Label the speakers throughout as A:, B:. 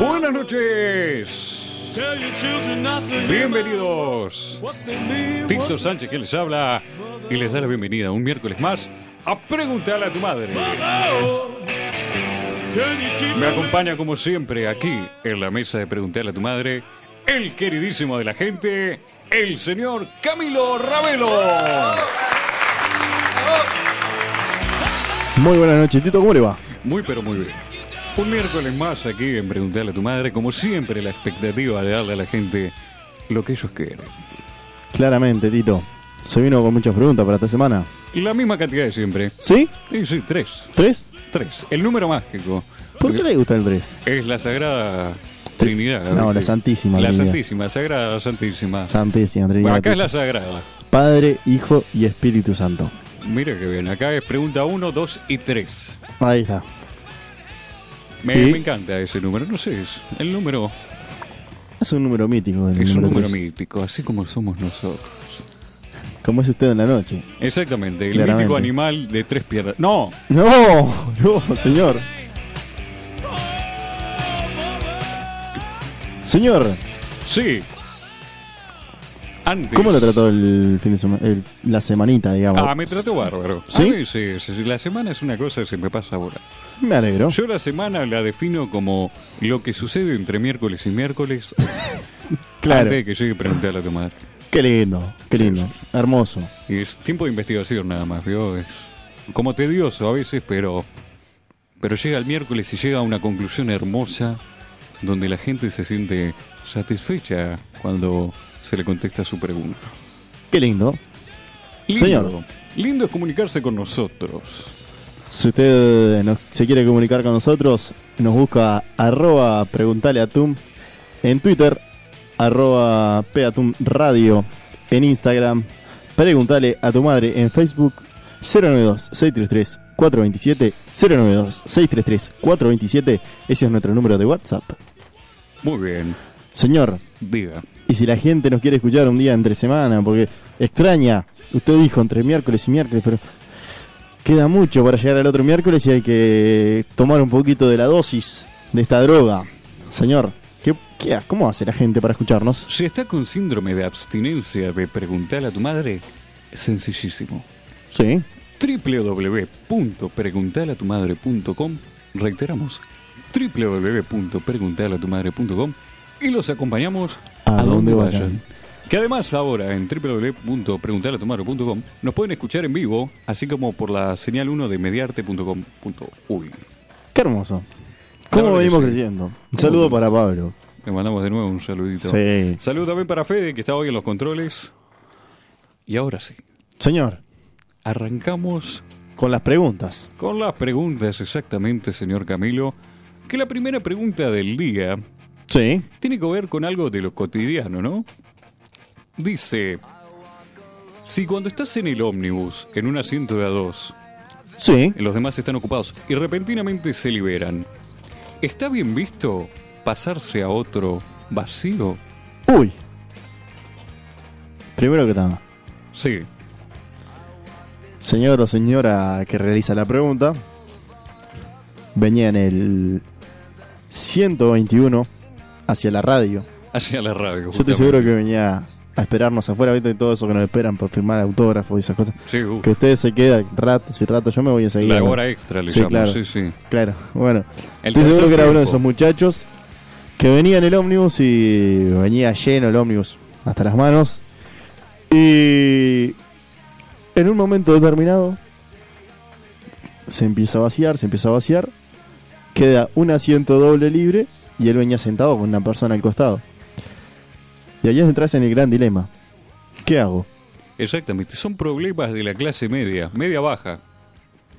A: Buenas noches. Bienvenidos. Tito Sánchez que les habla y les da la bienvenida un miércoles más a Preguntarle a tu madre. Me acompaña como siempre aquí en la mesa de Preguntarle a tu madre el queridísimo de la gente, el señor Camilo Ravelo.
B: Muy buenas noches, Tito, ¿cómo le va?
A: Muy pero muy bien. Un miércoles más aquí en Preguntarle a tu madre, como siempre la expectativa de darle a la gente lo que ellos quieren.
B: Claramente, Tito. Se vino con muchas preguntas para esta semana.
A: La misma cantidad de siempre.
B: ¿Sí?
A: Sí, sí, tres.
B: ¿Tres?
A: Tres. El número mágico.
B: ¿Por qué le gusta el tres?
A: Es la Sagrada Trinidad.
B: No,
A: ¿viste?
B: la Santísima
A: La
B: Trinidad.
A: Santísima, Sagrada, Santísima.
B: Santísima
A: Bueno,
B: Trinidad.
A: acá es la Sagrada.
B: Padre, Hijo y Espíritu Santo.
A: Mira que bien, acá es pregunta 1, 2 y 3.
B: Ahí está.
A: Me,
B: ¿Y?
A: me encanta ese número, no sé, es el número
B: Es un número mítico. El
A: es un número
B: tres.
A: mítico, así como somos nosotros.
B: Como es usted en la noche.
A: Exactamente, el
B: Claramente.
A: mítico animal de tres piernas. No,
B: No, no, señor. Señor,
A: sí. Antes.
B: ¿cómo lo trató el fin de semana? el- La semanita, digamos.
A: Ah, me trató bárbaro.
B: ¿Sí?
A: A veces, la semana es una cosa que se me pasa ahora.
B: Me alegro.
A: Yo la semana la defino como lo que sucede entre miércoles y miércoles
B: claro.
A: antes de que llegue a preguntarle a tu madre.
B: Qué lindo, qué lindo. Hermoso.
A: Y es tiempo de investigación nada más, ¿vio? Es como tedioso a veces, pero, pero llega el miércoles y llega a una conclusión hermosa donde la gente se siente satisfecha cuando se le contesta su pregunta.
B: Qué lindo.
A: Lindo.
B: Señor.
A: Lindo es comunicarse con nosotros.
B: Si usted eh, nos- se quiere comunicar con nosotros, nos busca arroba preguntale a Tum en Twitter, arroba Peatum Radio en Instagram, preguntale a tu madre en Facebook, 092-633-427, 092-633-427, ese es nuestro número de WhatsApp.
A: Muy bien,
B: Señor,
A: diga.
B: y si la gente nos quiere escuchar un día entre semana, porque extraña, usted dijo entre miércoles y miércoles, pero queda mucho para llegar al otro miércoles y hay que tomar un poquito de la dosis de esta droga. Señor, ¿qué, qué- cómo hace la gente para escucharnos?
A: Si está con síndrome de abstinencia de preguntarle a tu madre, es sencillísimo.
B: Sí.
A: www.preguntalatumadre.com reiteramos www.preguntalatumadre.com y los acompañamos
B: A
A: a, donde
B: donde
A: vayan.
B: vayan.
A: Que además ahora en www.preguntalatumadre.com nos pueden escuchar en vivo, así como por la señal 1 de mediarte.com.uy.
B: Qué hermoso.
A: Claro
B: ¿Cómo
A: que
B: venimos
A: sí.
B: creciendo? Un saludo para Pablo.
A: Le mandamos de nuevo un saludito.
B: Sí.
A: Saludo también para Fede, que está hoy en los controles. Y ahora sí,
B: Señor,
A: arrancamos
B: con las preguntas.
A: Con las preguntas, exactamente, señor Camilo, que la primera pregunta del día
B: Sí.
A: tiene que ver con algo de lo cotidiano, ¿no? Dice, si cuando estás en el ómnibus, en un asiento de a dos,
B: Sí.
A: los demás están ocupados y repentinamente se liberan, ¿está bien visto pasarse a otro vacío?
B: Uy. Primero que nada.
A: Sí,
B: señor o señora que realiza la pregunta venía en el 121 hacia la radio.
A: hacia la radio.
B: Yo estoy
A: justamente.
B: seguro que venía a esperarnos afuera, viste, todo eso que nos esperan para firmar autógrafos y esas cosas.
A: Sí, uh,
B: Que ustedes se quedan ratos y ratos, yo me voy a seguir.
A: la hora extra le
B: Sí,
A: llaman,
B: claro.
A: sí, sí.
B: Claro, bueno.
A: El
B: estoy seguro
A: tercer
B: que era uno de
A: tiempo.
B: esos muchachos que venía en el ómnibus y venía lleno el ómnibus hasta las manos. Y en un momento determinado se empieza a vaciar, se empieza a vaciar. Queda un asiento doble libre y él venía sentado con una persona al costado. Y allá entras en el gran dilema. ¿Qué hago?
A: Exactamente, son problemas de la clase media, media-baja.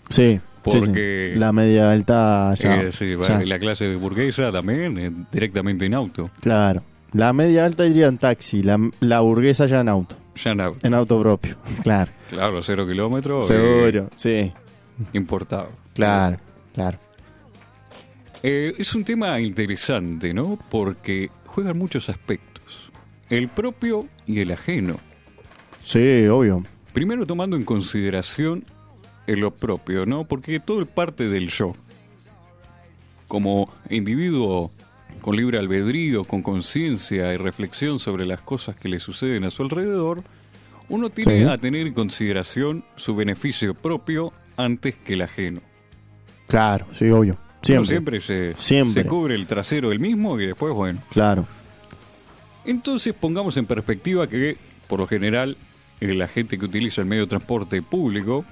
B: Sí, sí, sí.
A: Porque-
B: la media alta ya-
A: Eh, sí,
B: ya-
A: va- la clase burguesa también, eh, directamente en auto.
B: Claro. La media alta iría en taxi, la, la burguesa ya en auto,
A: Ya en auto.
B: en auto propio. Claro.
A: Claro, cero kilómetros. eh,
B: Seguro, sí.
A: importado.
B: Claro, claro.
A: Eh, es un tema interesante, ¿no? Porque juegan muchos aspectos. El propio y el ajeno.
B: Sí, obvio.
A: Primero tomando en consideración en lo propio, ¿no? Porque todo es parte del yo. Como individuo con libre albedrío, con conciencia y reflexión sobre las cosas que le suceden a su alrededor, uno tiene
B: Sí.
A: a tener en consideración su beneficio propio antes que el ajeno.
B: Claro, sí, obvio.
A: Uno siempre
B: Siempre.
A: se,
B: Siempre.
A: se cubre el trasero del mismo y después, bueno.
B: Claro.
A: Entonces pongamos en perspectiva que, por lo general, eh, la gente que utiliza el medio de transporte público,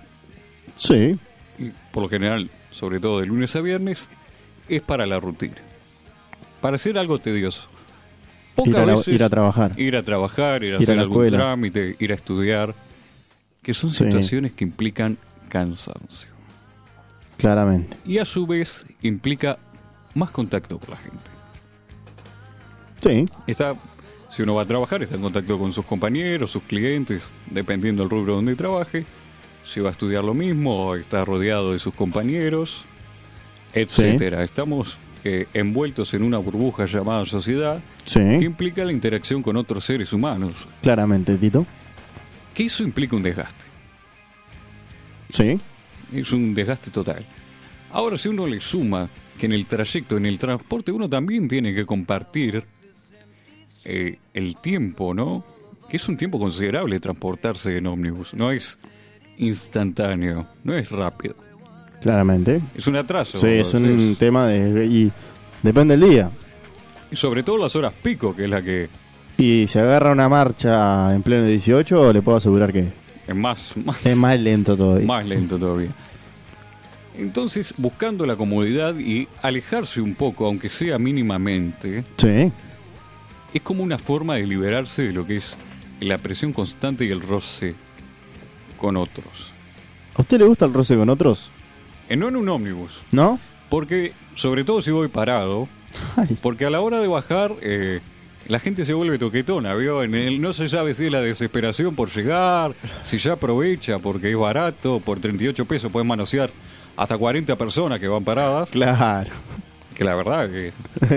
B: Sí.
A: y por lo general, sobre todo de lunes a viernes, es para la rutina. Para hacer algo tedioso. Pocas
B: Ir a la- ir a trabajar.
A: Ir a trabajar, ir a
B: Ir a
A: hacer
B: la
A: algún
B: escuela.
A: trámite, ir a estudiar. Que son
B: Sí.
A: situaciones que implican cansancio.
B: Claramente.
A: Y a su vez implica más contacto con la gente.
B: Sí.
A: Está, si uno va a trabajar, está en contacto con sus compañeros, sus clientes, dependiendo del rubro donde trabaje. Si va a estudiar lo mismo, está rodeado de sus compañeros, etcétera. Estamos eh, envueltos en una burbuja llamada sociedad que
B: Sí.
A: implica la interacción con otros seres humanos.
B: Claramente, Tito.
A: Que eso implica un desgaste.
B: Sí.
A: Es un desgaste total. Ahora, si uno le suma que en el trayecto, en el transporte, uno también tiene que compartir eh, el tiempo, ¿no? Que es un tiempo considerable transportarse en ómnibus. No es instantáneo, no es rápido.
B: Claramente.
A: Es un atraso.
B: Sí, es un
A: es-
B: tema de. Y depende del día.
A: y sobre todo las horas pico, que es la que
B: Y si agarra una marcha en pleno 18, le puedo asegurar que
A: es más, más,
B: es más lento todavía.
A: más lento todavía. Entonces, buscando la comodidad y alejarse un poco, aunque sea mínimamente,
B: Sí.
A: es como una forma de liberarse de lo que es la presión constante y el roce con otros.
B: ¿A usted le gusta el roce con otros?
A: Eh, no en un ómnibus,
B: ¿No?
A: porque sobre todo si voy parado,
B: Ay,
A: porque a la hora de bajar eh, la gente se vuelve toquetona, ¿vio? En el, no se sabe si es la desesperación por llegar, si ya aprovecha porque es barato, por 38 pesos pueden manosear hasta 40 personas que van paradas,
B: claro.
A: que la verdad que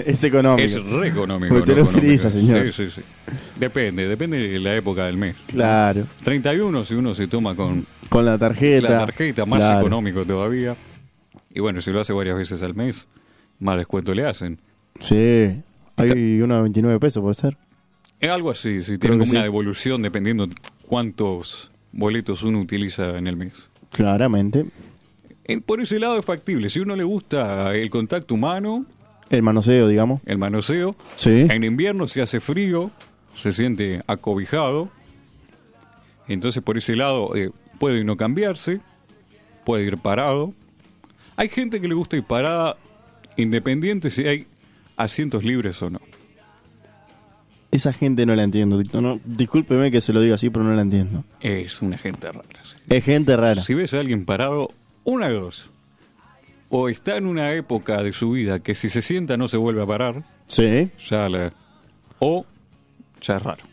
B: es económico.
A: es re económico.
B: Usted
A: no
B: lo utiliza,
A: económico.
B: señor.
A: Sí, sí, sí. Depende, depende de la época del mes.
B: Claro.
A: 31 si uno se toma con
B: Con la tarjeta.
A: la tarjeta, más
B: Claro.
A: económico todavía. Y bueno, si lo hace varias veces al mes, más descuento le hacen.
B: Sí. Hay uno a 29 pesos, puede ser.
A: Es algo así, si
B: Creo
A: tienen
B: que
A: como una
B: sí.
A: devolución dependiendo cuántos boletos uno utiliza en el mes.
B: Claramente.
A: En- por ese lado es factible, si uno le gusta el contacto humano,
B: El manoseo, digamos.
A: el manoseo,
B: Sí.
A: en invierno se hace frío, se siente acobijado, entonces por ese lado eh, puede no cambiarse, puede ir parado. Hay gente que le gusta ir parada independiente si hay asientos libres o no.
B: Esa gente no la entiendo. Tito, No, discúlpeme que se lo diga así, pero no la entiendo.
A: Es una gente rara. sí.
B: Es gente rara.
A: Si ves a alguien parado, una de dos. O está en una época de su vida que si se sienta no se vuelve a parar,
B: Sí.
A: ya la- o ya es raro.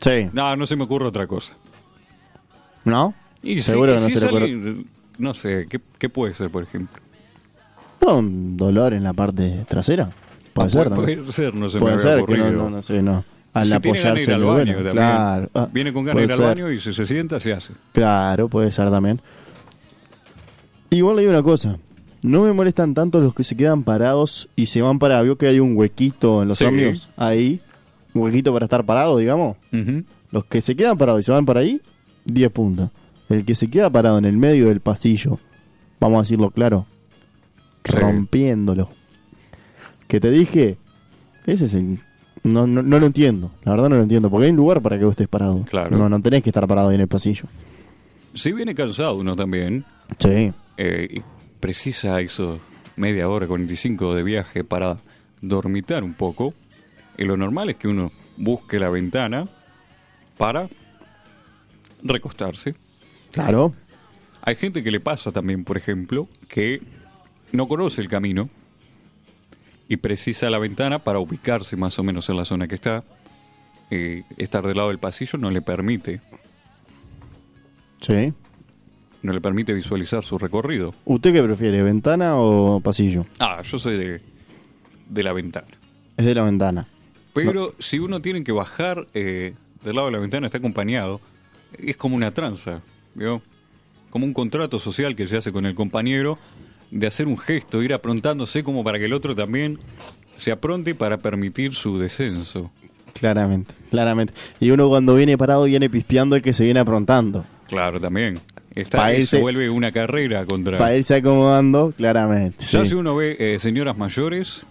B: Sí.
A: No, no se me ocurre otra cosa.
B: ¿No?
A: Y
B: Seguro
A: si-
B: que no
A: si
B: se le
A: es
B: ocurre.
A: alguien- No sé, ¿qué, qué puede ser, por ejemplo?
B: No, un dolor en la parte trasera. Puede
A: Ah,
B: ser,
A: puede,
B: ¿no?
A: puede ser, no se me
B: Puede
A: había
B: ser que no,
A: ocurrido.
B: no, no sé, no. Al
A: si tiene ganas de
B: apoyarse
A: ir al
B: en lo
A: baño
B: bueno,
A: también.
B: Claro. Ah,
A: Viene con ganas de ir
B: puede
A: al
B: ser.
A: baño y si se sienta, se hace.
B: Claro, puede ser también. Igual le digo una cosa. No me molestan tanto los que se quedan parados y se van para. Vio que hay un huequito en los
A: Sí.
B: ómnibus. Ahí. Un huequito para estar parado, digamos.
A: Ujú.
B: Los que se quedan parados y se van para ahí, 10 puntos. El que se queda parado en el medio del pasillo, vamos a decirlo claro,
A: Sí.
B: rompiéndolo. Que te dije, ese es el- No, no, no lo entiendo, la verdad no lo entiendo, porque hay un lugar para que vos estés parado.
A: Claro.
B: No, no tenés que estar parado ahí en el pasillo.
A: Si viene cansado uno también,
B: Sí.
A: eh, y precisa eso, media hora, 45 de viaje para dormitar un poco, y lo normal es que uno busque la ventana para recostarse.
B: Claro.
A: Hay gente que le pasa también, por ejemplo, que no conoce el camino y precisa la ventana para ubicarse más o menos en la zona que está. Eh, estar del lado del pasillo no le permite,
B: Sí.
A: no le permite visualizar su recorrido.
B: ¿Usted qué prefiere, ventana o pasillo?
A: Ah, yo soy de, de la ventana.
B: Es de la ventana.
A: Pero si uno tiene que bajar eh, del lado de la ventana, está acompañado, es como una tranza, ¿vio? como un contrato social que se hace con el compañero de hacer un gesto, ir aprontándose como para que el otro también se apronte para permitir su descenso.
B: Claramente, claramente. Y uno cuando viene parado viene pispeando el que se viene aprontando.
A: Claro, también.
B: Pa'
A: Esta él se
B: irse-
A: vuelve una carrera contra.
B: Para irse acomodando, claramente.
A: Ya si
B: Sí.
A: uno ve eh, señoras mayores,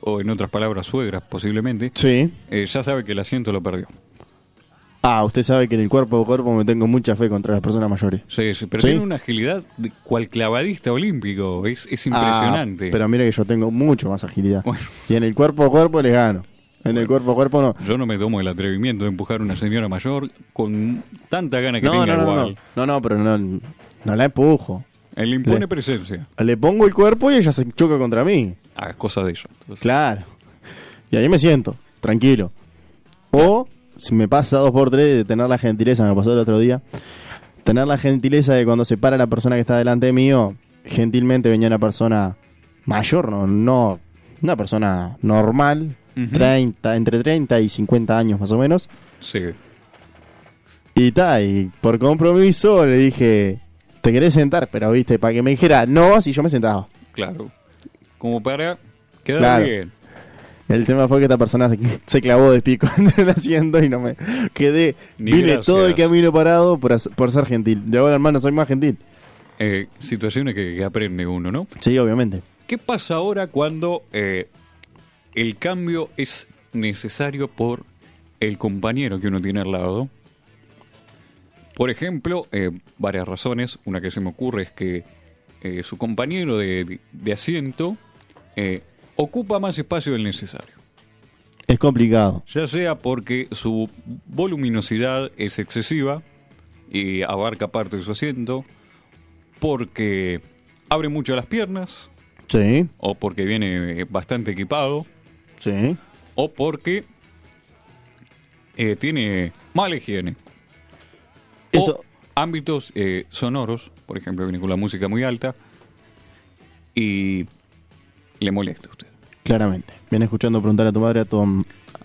A: o en otras palabras, suegras posiblemente,
B: Sí.
A: eh, ya sabe que el asiento lo perdió.
B: Ah, usted sabe que en el cuerpo a cuerpo me tengo mucha fe contra las personas mayores.
A: Sí, sí, pero
B: ¿Sí?
A: tiene una agilidad de cual clavadista olímpico. Es, es impresionante.
B: Ah, pero mire que yo tengo mucho más agilidad.
A: Bueno.
B: Y en el cuerpo a cuerpo les gano. En el cuerpo a cuerpo no.
A: Yo no me tomo el atrevimiento de empujar a una señora mayor con tanta gana que
B: No,
A: tenga
B: no, no,
A: igual.
B: no. No, no, pero no, no la empujo.
A: Él le impone
B: Le-
A: presencia.
B: Le pongo el cuerpo y ella se choca contra mí.
A: Ah, es cosa de ella. Entonces,
B: Claro. Y ahí me siento, tranquilo. O, si me pasa dos por tres de tener la gentileza, me pasó el otro día, tener la gentileza de cuando se para la persona que está delante mío, gentilmente venía una persona mayor, no, no una persona normal,
A: Ujú.
B: 30, entre 30 y 50 años más o menos.
A: sí.
B: Y ta, y por compromiso le dije, ¿te querés sentar? Pero viste, para que me dijera, no, si yo me sentaba.
A: Claro. Como para quedar
B: Claro.
A: bien.
B: El tema fue que esta persona se, se clavó de pico entre el asiento y no me quedé.
A: Ni
B: vine
A: gracias.
B: todo el camino parado por, as- por ser gentil. De ahora, hermano, soy más gentil.
A: Eh, situaciones que, que aprende uno, ¿no?
B: Sí, obviamente.
A: ¿Qué pasa ahora cuando eh, el cambio es necesario por el compañero que uno tiene al lado? Por ejemplo, eh, varias razones. Una que se me ocurre es que eh, su compañero de, de- de asiento eh, ocupa más espacio del necesario.
B: Es complicado.
A: Ya sea porque su voluminosidad es excesiva y abarca parte de su asiento, porque abre mucho las piernas,
B: Sí,
A: o porque viene eh, bastante equipado,
B: sí.
A: o porque eh, tiene mala higiene.
B: Esto-
A: O ámbitos eh, sonoros, por ejemplo, viene con la música muy alta y le molesta a usted.
B: Claramente. Viene escuchando preguntar a tu madre, a tu, a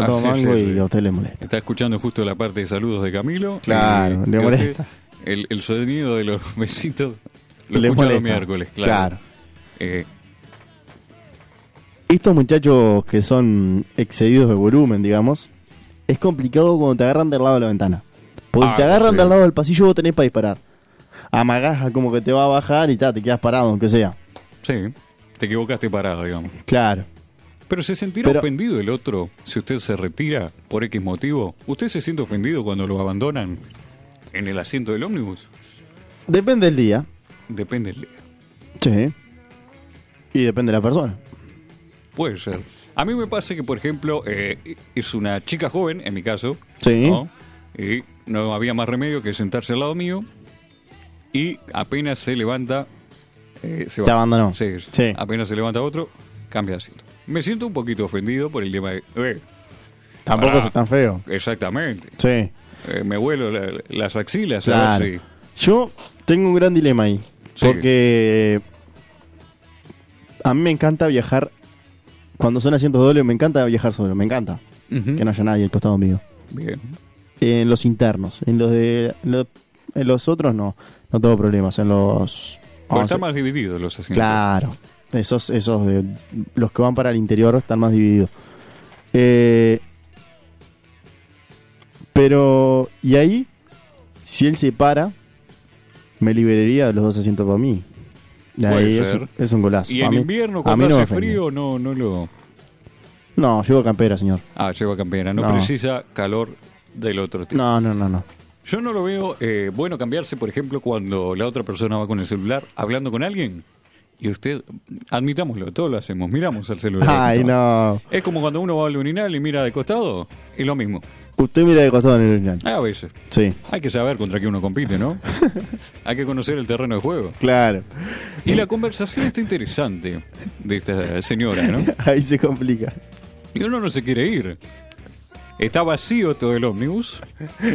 B: tu
A: Ah, sí,
B: mango
A: sí,
B: y
A: sí.
B: a usted le molesta.
A: Está escuchando justo la parte de saludos de Camilo.
B: Claro,
A: y
B: le
A: a
B: molesta.
A: usted El, el sonido de los besitos lo
B: Le
A: escucha los
B: molesta.
A: miércoles, claro.
B: Claro.
A: Eh,
B: Estos muchachos que son excedidos de volumen, digamos, es complicado cuando te agarran del lado de la ventana. Porque si
A: Ah,
B: te agarran
A: sí.
B: del lado del pasillo, vos tenés para disparar. Amagás a como que te va a bajar y ta, te quedas parado, aunque sea.
A: sí, te equivocaste parado, digamos.
B: Claro.
A: Pero se sentirá
B: Pero-
A: ofendido el otro si usted se retira por X motivo. ¿Usted se siente ofendido cuando lo abandonan en el asiento del ómnibus?
B: Depende del día.
A: Depende del día.
B: Sí. Y depende de la persona.
A: Puede ser. A mí me pasa que, por ejemplo, eh, es una chica joven, en mi caso.
B: Sí.
A: ¿no? Y no había más remedio que sentarse al lado mío. Y apenas se levanta. eh, se va.
B: Te abandonó.
A: Sí,
B: Sí.
A: Apenas se levanta otro, cambia de asiento. Me siento un poquito ofendido por el tema de. eh,
B: Tampoco
A: Pará.
B: es tan feo.
A: exactamente.
B: Sí.
A: Eh, me vuelo la- las axilas. a
B: Claro.
A: ver si-
B: Yo tengo un gran dilema ahí.
A: Sí.
B: Porque a mí me encanta viajar. Cuando son asientos dobles, me encanta viajar solo. Me encanta
A: Ujú.
B: que no haya nadie al costado mío.
A: Bien.
B: En los internos. En los de. lo- en los otros no. No tengo problemas. En los.
A: Porque
B: vamos a-
A: están más divididos los asientos.
B: Claro. Esos, esos de, los que van para el interior están más divididos. Eh, pero, y ahí, si él se para, me liberaría de los dos asientos para mí. Y
A: Puede
B: ahí es,
A: ser.
B: un- es un golazo.
A: Y
B: A
A: en
B: mí-
A: invierno,
B: a
A: cuando
B: mí no me
A: hace
B: ofende.
A: frío, no, no lo.
B: No, llevo campera, señor.
A: Ah, lleva campera. No,
B: No.
A: precisa calor del otro tipo.
B: No, no, no, no.
A: Yo no lo veo eh, bueno cambiarse, por ejemplo, cuando la otra persona va con el celular hablando con alguien. Y usted, admitámoslo, todos lo hacemos, miramos al celular.
B: Ay, no.
A: Es como cuando uno va al urinal y mira de costado, es lo mismo. Ah,
B: Usted mira de costado en el urinal.
A: A veces.
B: Sí,
A: Hay que saber contra qué uno compite, ¿no? Hay que conocer el terreno de juego.
B: claro.
A: Y la conversación está interesante de esta señora, ¿no?
B: Ahí se complica.
A: Y uno no se quiere ir. Está vacío todo el ómnibus.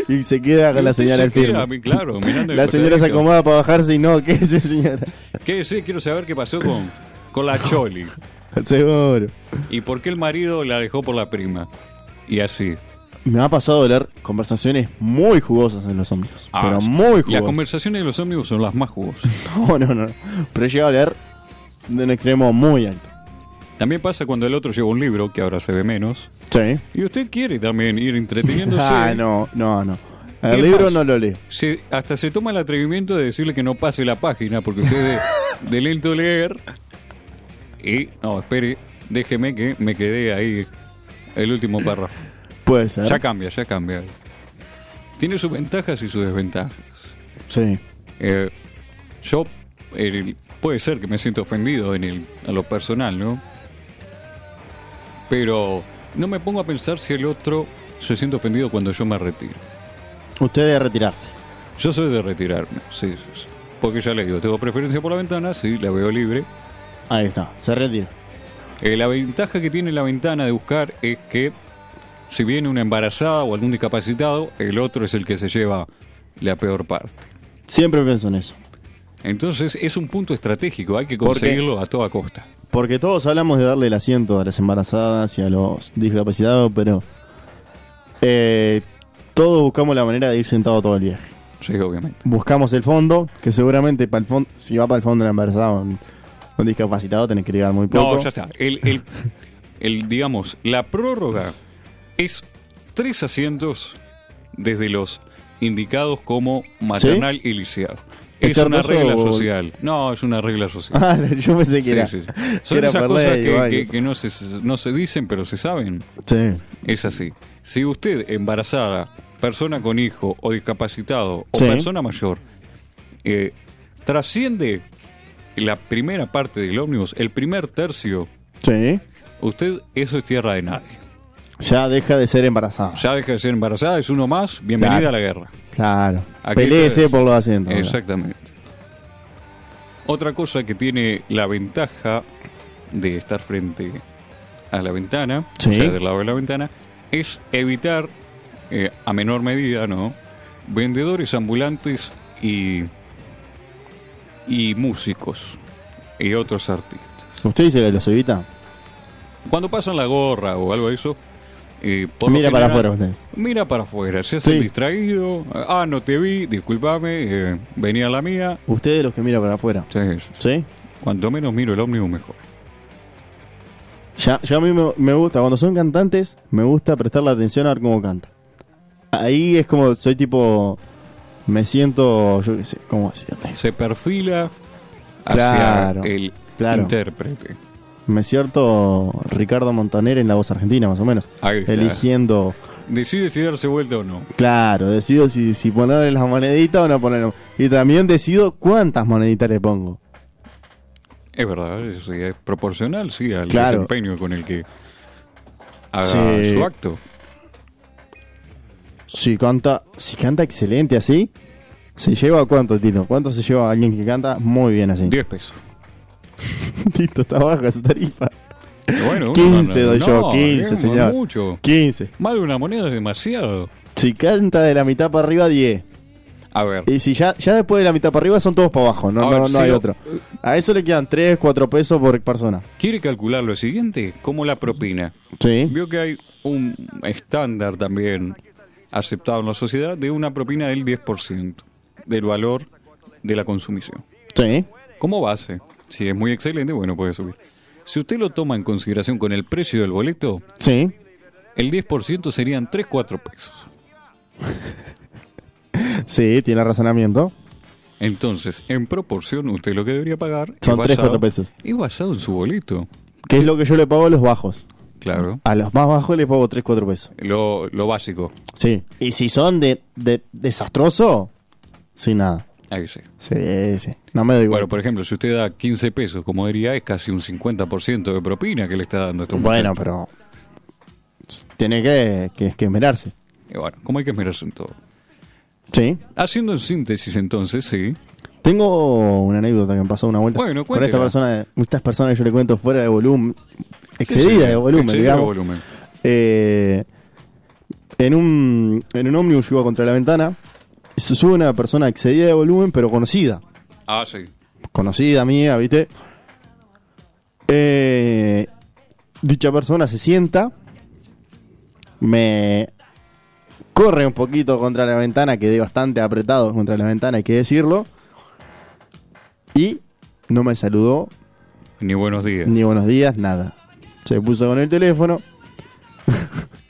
B: Y se queda con la
A: Usted
B: señora
A: se
B: al
A: queda,
B: firme.
A: Claro, mirando el
B: La señora se
A: costadito.
B: acomoda para bajarse y no, ¿qué es señora?
A: ¿Qué sí? Quiero saber qué pasó con, con la Choli.
B: Seguro.
A: ¿Y por qué el marido la dejó por la prima? Y así.
B: Me ha pasado de leer conversaciones muy jugosas en los ómnibus.
A: Ah,
B: pero
A: sí.
B: muy
A: Las
B: jugosas.
A: conversaciones de los ómnibus son las más jugosas.
B: No, no, no. Pero he llegado a leer de un extremo muy alto.
A: También pasa cuando el otro lleva un libro, que ahora se ve menos,
B: Sí.
A: y usted quiere también ir entreteniéndose.
B: Ah, no, no, no.
A: ¿Qué
B: El libro
A: más?
B: no lo leo.
A: Se- hasta se toma el atrevimiento de decirle que no pase la página, porque usted es de, de lento leer. Y, no, espere, déjeme que me quedé ahí el último párrafo.
B: Puede ser.
A: Ya cambia, ya cambia. Tiene sus ventajas y sus desventajas.
B: Sí.
A: Eh, yo, el- puede ser que me siento ofendido en el, a lo personal, ¿no? Pero no me pongo a pensar si el otro se siente ofendido cuando yo me retiro.
B: Usted debe retirarse.
A: Yo soy de retirarme, sí, sí, sí. Porque ya le digo, tengo preferencia por la ventana, sí, la veo libre.
B: Ahí está, se retira.
A: Eh, la ventaja que tiene la ventana de buscar es que si viene una embarazada o algún discapacitado, el otro es el que se lleva la peor parte.
B: Siempre pienso en eso.
A: Entonces es un punto estratégico, hay que
B: Porque-
A: conseguirlo a toda costa.
B: Porque todos hablamos de darle el asiento a las embarazadas y a los discapacitados, pero eh, todos buscamos la manera de ir sentado todo el viaje.
A: Sí, obviamente.
B: Buscamos el fondo, que seguramente para el fondo, si va para el fondo la embarazada o un, un discapacitado, tenés que llegar muy poco.
A: No, ya está. El, el- el, digamos, la prórroga es tres asientos desde los indicados como maternal y liceal.
B: ¿Es
A: Es una
B: hermoso
A: regla
B: o-
A: social. No, es una regla social.
B: Ah, yo pensé que
A: Sí,
B: era.
A: sí, sí.
B: que
A: Son
B: era
A: esas
B: por
A: cosas
B: ley,
A: que,
B: vale.
A: que- que no, se, no se dicen, pero se saben.
B: Sí.
A: Es así. Si usted, embarazada, persona con hijo o discapacitado o
B: Sí.
A: persona mayor, eh, trasciende la primera parte del ómnibus, el primer tercio,
B: Sí.
A: usted eso es tierra de nadie.
B: Ya deja de ser embarazada.
A: Ya deja de ser embarazada, es uno más, bienvenida
B: Claro.
A: a la guerra.
B: Claro.
A: Aquí
B: Peleese
A: tenés.
B: por los asientos. ahora.
A: Exactamente. Otra cosa que tiene la ventaja de estar frente a la ventana,
B: Sí.
A: o sea, del lado de la ventana, es evitar, eh, a menor medida, ¿no? Vendedores ambulantes y, y músicos y otros artistas.
B: ¿Usted dice que los evita?
A: Cuando pasan la gorra o algo de eso, eh, por lo
B: Mira para
A: general-
B: afuera usted.
A: Mira para afuera, se hace
B: Sí.
A: distraído. Ah, no te vi, discúlpame, eh, venía la mía.
B: Usted de los que mira para afuera.
A: Sí, sí, sí.
B: ¿Sí?
A: Cuanto menos miro el ómnibus, mejor.
B: Ya, ya a mí me, me gusta, cuando son cantantes, me gusta prestar la atención a ver cómo canta. Ahí es como, soy tipo, me siento, yo qué sé, ¿cómo decirle?
A: Se perfila hacia
B: Claro,
A: el
B: claro.
A: intérprete.
B: Me siento Ricardo Montaner en La Voz Argentina, más o menos.
A: Ahí está.
B: Eligiendo,
A: Decide si darse vuelta o no.
B: claro, decido si, si ponerle las moneditas o no ponerle. Y también decido cuántas moneditas le pongo.
A: Es verdad, es, es proporcional, sí, al
B: Claro.
A: desempeño con el que haga
B: Sí.
A: su acto.
B: Si canta, si canta excelente así, ¿se lleva cuánto, Tito? ¿Cuánto se lleva alguien que canta muy bien así?
A: 10 pesos.
B: Tito, está baja esa tarifa.
A: Pero Bueno, uno
B: 15
A: no-
B: doy yo,
A: no,
B: 15,
A: es
B: señor.
A: mucho.
B: 15.
A: Más de una moneda es demasiado.
B: Si canta de la mitad para arriba, 10.
A: A ver,
B: Y si ya, ya después de la mitad para arriba son todos para abajo, no,
A: A ver,
B: no, no
A: si
B: hay
A: lo-
B: otro. A eso le quedan 3, 4 pesos por persona.
A: ¿quiere calcular lo siguiente? Como la propina.
B: Sí.
A: Vio que hay un estándar también aceptado en la sociedad de una propina del 10% del valor de la consumición.
B: Sí.
A: Como base, si es muy excelente, bueno, puede subir. Si usted lo toma en consideración con el precio del boleto,
B: Sí.
A: el 10% serían 3-4 pesos.
B: Sí, tiene razonamiento.
A: Entonces, en proporción, usted lo que debería pagar
B: Son
A: es
B: tres,
A: basado-
B: cuatro pesos.
A: Es basado en su boleto,
B: Que es lo que yo le pago a los bajos.
A: claro.
B: A los más bajos le pago 3, 4 pesos.
A: Lo, lo básico,
B: Sí. Y si son de, de desastroso, sin nada.
A: ahí sí.
B: Sí, sí. No me da igual.
A: Bueno, por ejemplo, si usted da 15 pesos, como diría, es casi un 50% de propina que le está dando este a estos
B: Bueno, pero. Tiene que, que, que esmerarse.
A: Y bueno, como hay que esmerarse en todo.
B: Sí.
A: Haciendo en síntesis entonces, sí.
B: Tengo una anécdota que me pasó una vuelta
A: Bueno,
B: con esta
A: cuéntela.
B: persona, estas personas que yo le cuento fuera de volumen, excedida
A: Sí, sí,
B: de volumen,
A: excedida
B: digamos.
A: de volumen.
B: Eh, en un en un ómnibus yo iba contra la ventana, y se sube una persona excedida de volumen, pero conocida,
A: Ah, sí.
B: conocida mía, ¿viste? Eh, dicha persona se sienta, me corre un poquito contra la ventana, quedé bastante apretado contra la ventana, hay que decirlo. Y no me saludó,
A: Ni buenos días.
B: ni buenos días, nada. Se puso con el teléfono.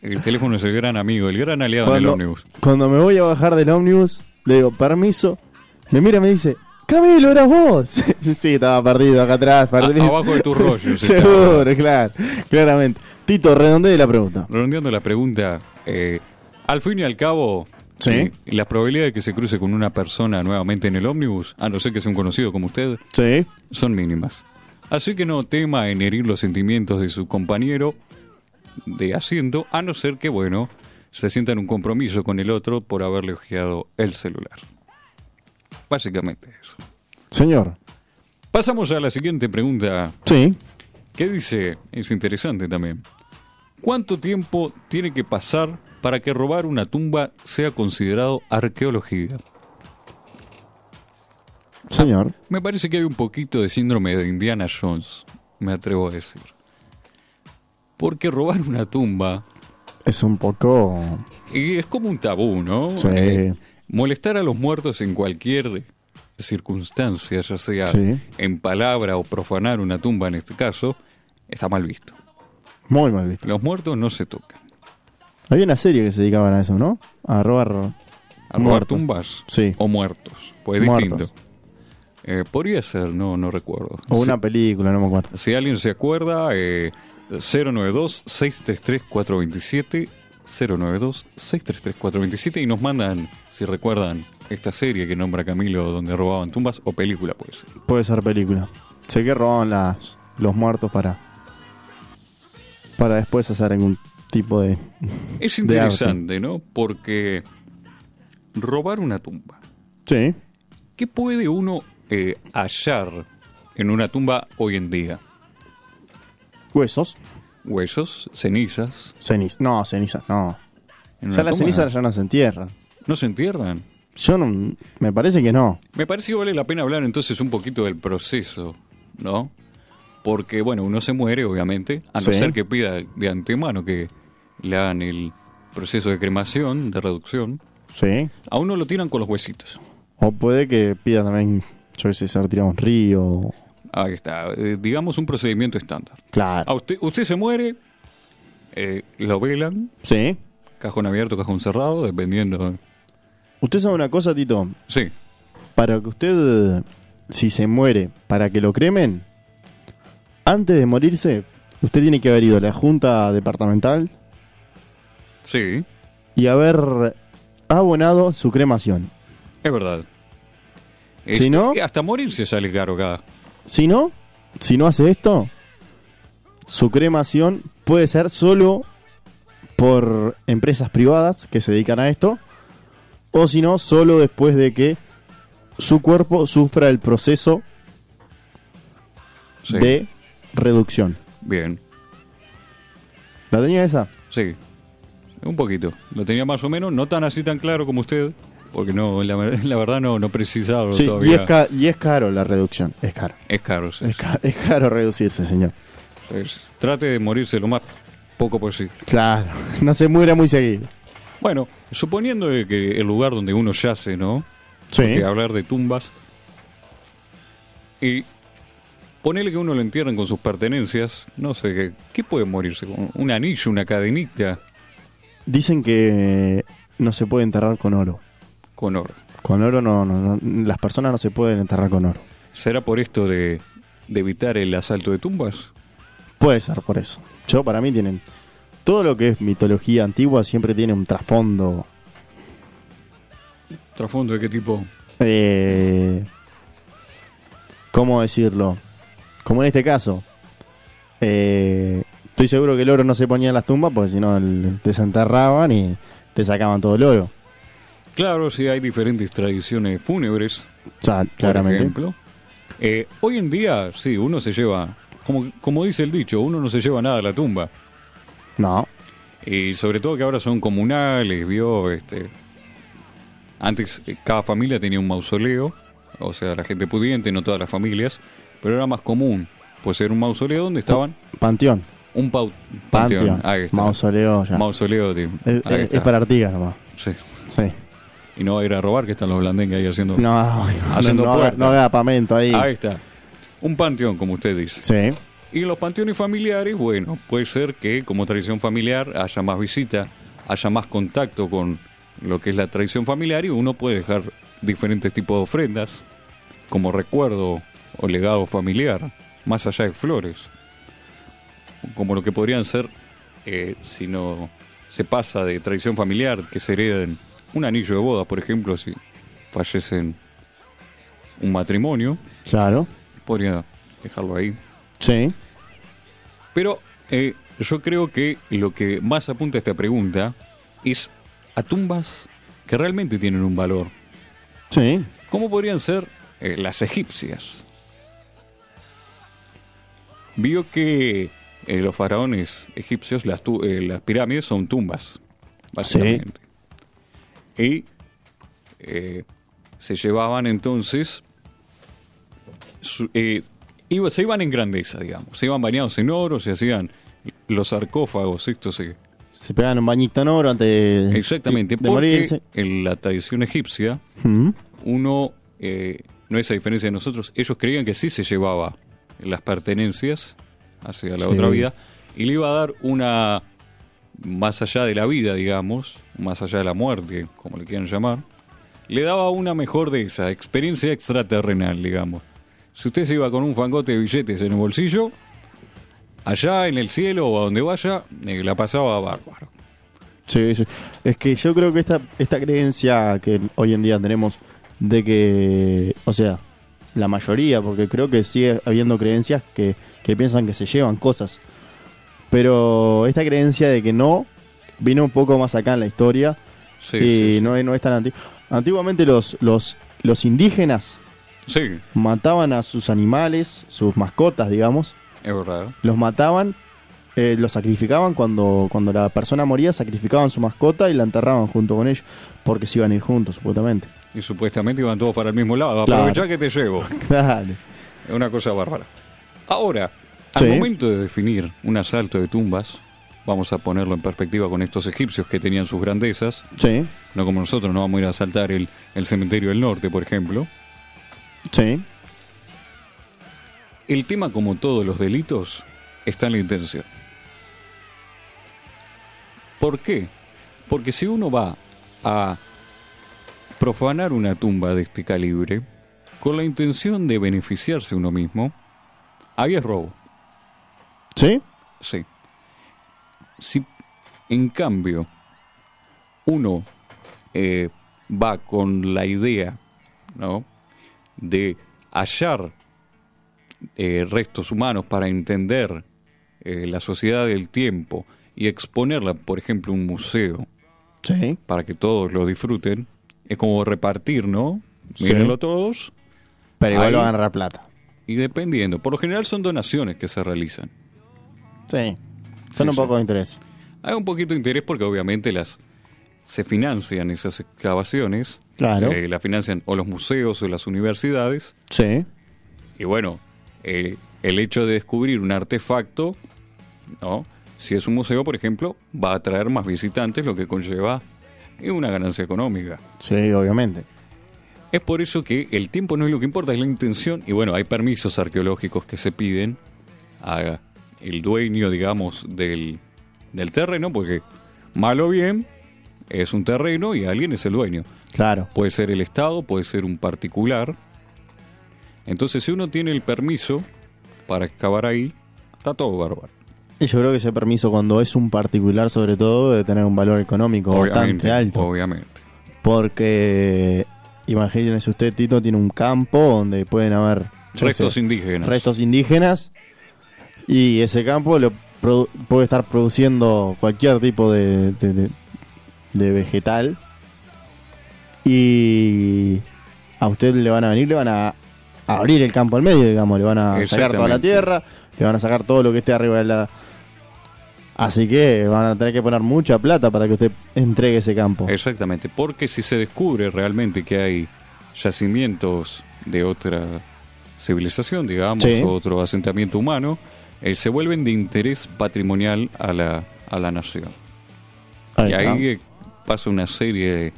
A: El teléfono es el gran amigo, el gran aliado del ómnibus.
B: cuando me voy a bajar del ómnibus, le digo, permiso. Me mira y me dice, Camilo, eras vos. sí, estaba perdido acá atrás. perdido.
A: abajo de tus rollos
B: Seguro, claro. Claramente. Tito, redondeé la pregunta.
A: Redondeando la pregunta, eh, al fin y al cabo,
B: Sí.
A: eh, la probabilidad de que se cruce con una persona nuevamente en el ómnibus, a no ser que sea un conocido como usted,
B: Sí.
A: son mínimas. Así que no tema en herir los sentimientos de su compañero de asiento, a no ser que, bueno, se sienta en un compromiso con el otro por haberle ojeado el celular. Básicamente eso.
B: Señor.
A: Pasamos a la siguiente pregunta,
B: Sí.
A: que dice, es interesante también, ¿cuánto tiempo tiene que pasar para que robar una tumba sea considerado arqueología?
B: Señor.
A: Me parece que hay un poquito de síndrome de Indiana Jones, me atrevo a decir. Porque robar una tumba
B: Es un poco...
A: y es como un tabú, ¿no?
B: Sí.
A: Eh, molestar a los muertos en cualquier de- circunstancia, ya sea
B: Sí.
A: en palabra o profanar una tumba en este caso, está mal visto.
B: Muy mal visto.
A: Los muertos no se tocan.
B: Había una serie que se dedicaban a eso, ¿no? A robar...
A: A robar
B: Muertos.
A: tumbas
B: Sí.
A: o muertos, pues es
B: Muertos.
A: distinto. Eh, podría ser, no, no recuerdo.
B: O
A: Sí.
B: una película, no me acuerdo.
A: Si alguien se acuerda, eh, 092-633-427, 092-633-427 y nos mandan, si recuerdan, esta serie que nombra Camilo donde robaban tumbas o película, pues.
B: Puede ser película. Sé que roban las, los muertos para... Para después hacer algún tipo de...
A: Es
B: De arte.
A: interesante, ¿no? Porque robar una tumba.
B: Sí.
A: ¿Qué puede uno eh, hallar en una tumba hoy en día?
B: Huesos.
A: Huesos, cenizas.
B: Cenizas. No, cenizas, no.
A: en
B: ya
A: una
B: las
A: tumba.
B: cenizas ya no se entierran.
A: no se entierran.
B: Yo no... Me parece que no.
A: Me parece que vale la pena hablar entonces un poquito del proceso, ¿no? Porque, bueno, uno se muere, obviamente, a no
B: Sí.
A: ser que pida de antemano que le hagan el proceso de cremación, de reducción.
B: Sí.
A: A uno lo tiran con los huesitos.
B: O puede que pida también, yo qué sé, ser tirado a un río.
A: Ahí está, eh, digamos un procedimiento estándar. A
B: Claro.
A: usted, usted se muere, eh, lo velan,
B: Sí.
A: cajón abierto, cajón cerrado, dependiendo.
B: Usted sabe una cosa, Tito.
A: Sí,
B: Para que usted, si se muere, para que lo cremen, antes de morirse, usted tiene que haber ido a la junta departamental
A: sí,
B: y haber abonado su cremación.
A: es verdad. Este,
B: Si no-
A: Hasta morirse sale caro acá.
B: Si no, si no hace esto, su cremación puede ser solo por empresas privadas que se dedican a esto, o si no, solo después de que su cuerpo sufra el proceso
A: Sí,
B: de reducción.
A: Bien.
B: ¿La tenía esa?
A: Sí, un poquito. Lo tenía más o menos, no tan así tan claro como usted, porque no, la, ver- la verdad no, no precisaba
B: Sí, y
A: todavía.
B: es, ca- y es caro la reducción. Es caro.
A: Es caro, sí.
B: Es, ca- es caro reducirse, señor.
A: Es- Trate de morirse lo más poco posible.
B: Claro, no se muera muy seguido.
A: Bueno, suponiendo de que el lugar donde uno yace, ¿no?
B: Sí.
A: Que hablar de tumbas. Y ponele que uno lo entierran con sus pertenencias, no sé, ¿qué, qué puede morirse? ¿Con ¿Un anillo, una cadenita
B: Dicen que no se puede enterrar con oro.
A: con oro?
B: Con oro no, no, no, las personas no se pueden enterrar con oro.
A: ¿Será por esto de- de evitar el asalto de tumbas?
B: Puede ser por eso. Yo para mí tienen todo lo que es mitología antigua siempre tiene un trasfondo
A: ¿Trasfondo de qué tipo?
B: eh, ¿cómo decirlo? Como en este caso. Eh, estoy seguro que el oro no se ponía en las tumbas porque si no el- desenterraban y te sacaban todo el oro.
A: Claro, sí, hay diferentes tradiciones fúnebres,
B: O sea,
A: Claramente. por
B: claramente.
A: ejemplo. Eh, hoy en día, sí, uno se lleva, como, como dice el dicho, uno no se lleva nada a la tumba.
B: No.
A: Y sobre todo que ahora son comunales, vio, este... Antes eh, cada familia tenía un mausoleo, o sea, la gente pudiente, no todas las familias, pero era más común, pues era un mausoleo donde estaban
B: Panteón.
A: un pau-
B: Panteón.
A: panteón, ahí está.
B: Mausoleo ya.
A: Mausoleo de-
B: es,
A: ahí
B: es-
A: está.
B: es para Artigas nomás.
A: Sí.
B: Sí.
A: Y no va a ir a robar, que están los blandengues ahí haciendo.
B: No, no,
A: Haciendo
B: no haga,
A: puerta.
B: no haga apamento ahí.
A: Ahí está. Un panteón, como usted dice.
B: Sí.
A: Y en los panteones familiares, bueno, puede ser que como tradición familiar haya más visita, haya más contacto con lo que es la tradición familiar y uno puede dejar diferentes tipos de ofrendas como recuerdo o legado familiar, más allá de flores. Como lo que podrían ser, eh, si no se pasa de tradición familiar, que se hereden un anillo de boda, por ejemplo, si fallecen un matrimonio,
B: Claro.
A: podría dejarlo ahí.
B: Sí.
A: Pero eh, yo creo que lo que más apunta a esta pregunta es a tumbas que realmente tienen un valor.
B: Sí.
A: ¿Cómo podrían ser eh, las egipcias? Vio que eh, los faraones egipcios, las, tu- eh, las pirámides son tumbas, básicamente. Y eh, se llevaban entonces, su- eh, iba- se iban en grandeza, digamos, se iban bañados en oro, se hacían los sarcófagos, estos se,
B: Se pegan un bañito en oro antes de,
A: exactamente,
B: de
A: porque
B: morirse.
A: en la tradición egipcia
B: Mm.
A: uno, eh, no es a diferencia de nosotros, ellos creían que sí se llevaba las pertenencias hacia la
B: Sí.
A: otra vida y le iba a dar una, más allá de la vida, digamos, más allá de la muerte, como le quieran llamar, le daba una mejor de esa, experiencia extraterrenal, digamos. Si usted se iba con un fangote de billetes en el bolsillo, allá en el cielo o a donde vaya, eh, la pasaba bárbaro.
B: Sí, sí. Es que yo creo que esta, esta creencia que hoy en día tenemos de que, o sea, la mayoría, porque creo que sigue habiendo creencias que, que piensan que se llevan cosas. Pero esta creencia de que no vino un poco más acá en la historia
A: Sí,
B: y No, es, no es tan antigua. Antiguamente los, los, los indígenas
A: sí, sí,
B: mataban a sus animales, sus mascotas, digamos,
A: es verdad.
B: los mataban, eh, los sacrificaban cuando, cuando la persona moría, sacrificaban su mascota y la enterraban junto con ellos, porque se iban a ir juntos, supuestamente.
A: Y supuestamente iban todos para el mismo lado.
B: Claro.
A: Aprovechá que te llevo.
B: Dale.
A: Es una cosa bárbara. Ahora, al
B: Sí.
A: momento de definir un asalto de tumbas, vamos a ponerlo en perspectiva con estos egipcios que tenían sus grandezas,
B: Sí,
A: no como nosotros, no vamos a ir a asaltar el, el cementerio del norte, por ejemplo.
B: sí,
A: El tema, como todos los delitos, está en la intención. ¿Por qué? Porque si uno va a profanar una tumba de este calibre con la intención de beneficiarse uno mismo, ahí es robo.
B: sí,
A: Sí. Si, en cambio, uno eh, va con la idea, ¿no? De hallar eh, restos humanos para entender eh, la sociedad del tiempo y exponerla, por ejemplo, en un museo
B: sí.
A: para que todos lo disfruten, es como repartir, ¿no?
B: Sí.
A: Mírenlo todos
B: Pero igual
A: Ahí-
B: van a agarrar plata.
A: y dependiendo. Por lo general son donaciones que se realizan.
B: Sí. Son
A: Sí,
B: un
A: sí.
B: poco de interés.
A: Hay un poquito de interés porque obviamente las se financian esas excavaciones.
B: Claro.
A: Eh, las financian o los museos o las universidades.
B: Sí.
A: Y bueno, eh, el hecho de descubrir un artefacto, ¿no? Si es un museo, por ejemplo, va a atraer más visitantes, lo que conlleva eh, una ganancia económica.
B: Sí, obviamente.
A: Es por eso que el tiempo no es lo que importa, es la intención. Y bueno, hay permisos arqueológicos que se piden a el dueño, digamos, del, del terreno, porque mal o bien es un terreno y alguien es el dueño.
B: Claro.
A: Puede ser el Estado, puede ser un particular. Entonces, si uno tiene el permiso para excavar ahí, está todo bárbaro.
B: Y yo creo que ese permiso, cuando es un particular, sobre todo, debe tener un valor económico bastante alto.
A: Obviamente.
B: Porque imagínense usted, Tito tiene un campo donde pueden haber yo
A: Restos
B: sé,
A: indígenas.
B: restos indígenas y ese campo lo produ- puede estar produciendo cualquier tipo de, de- de- de vegetal y a usted le van a venir, le van a abrir el campo al medio, digamos, le van a sacar toda la
A: Exactamente.
B: tierra, le van a sacar todo lo que esté arriba de la... Así que van a tener que poner mucha plata para que usted entregue ese campo.
A: Eh, Exactamente, porque si se descubre realmente que hay yacimientos de otra civilización, digamos,
B: Sí.
A: o otro asentamiento humano, eh, se vuelven de interés patrimonial a la, a la nación.
B: Ahí
A: y
B: está.
A: ahí eh, pasa una serie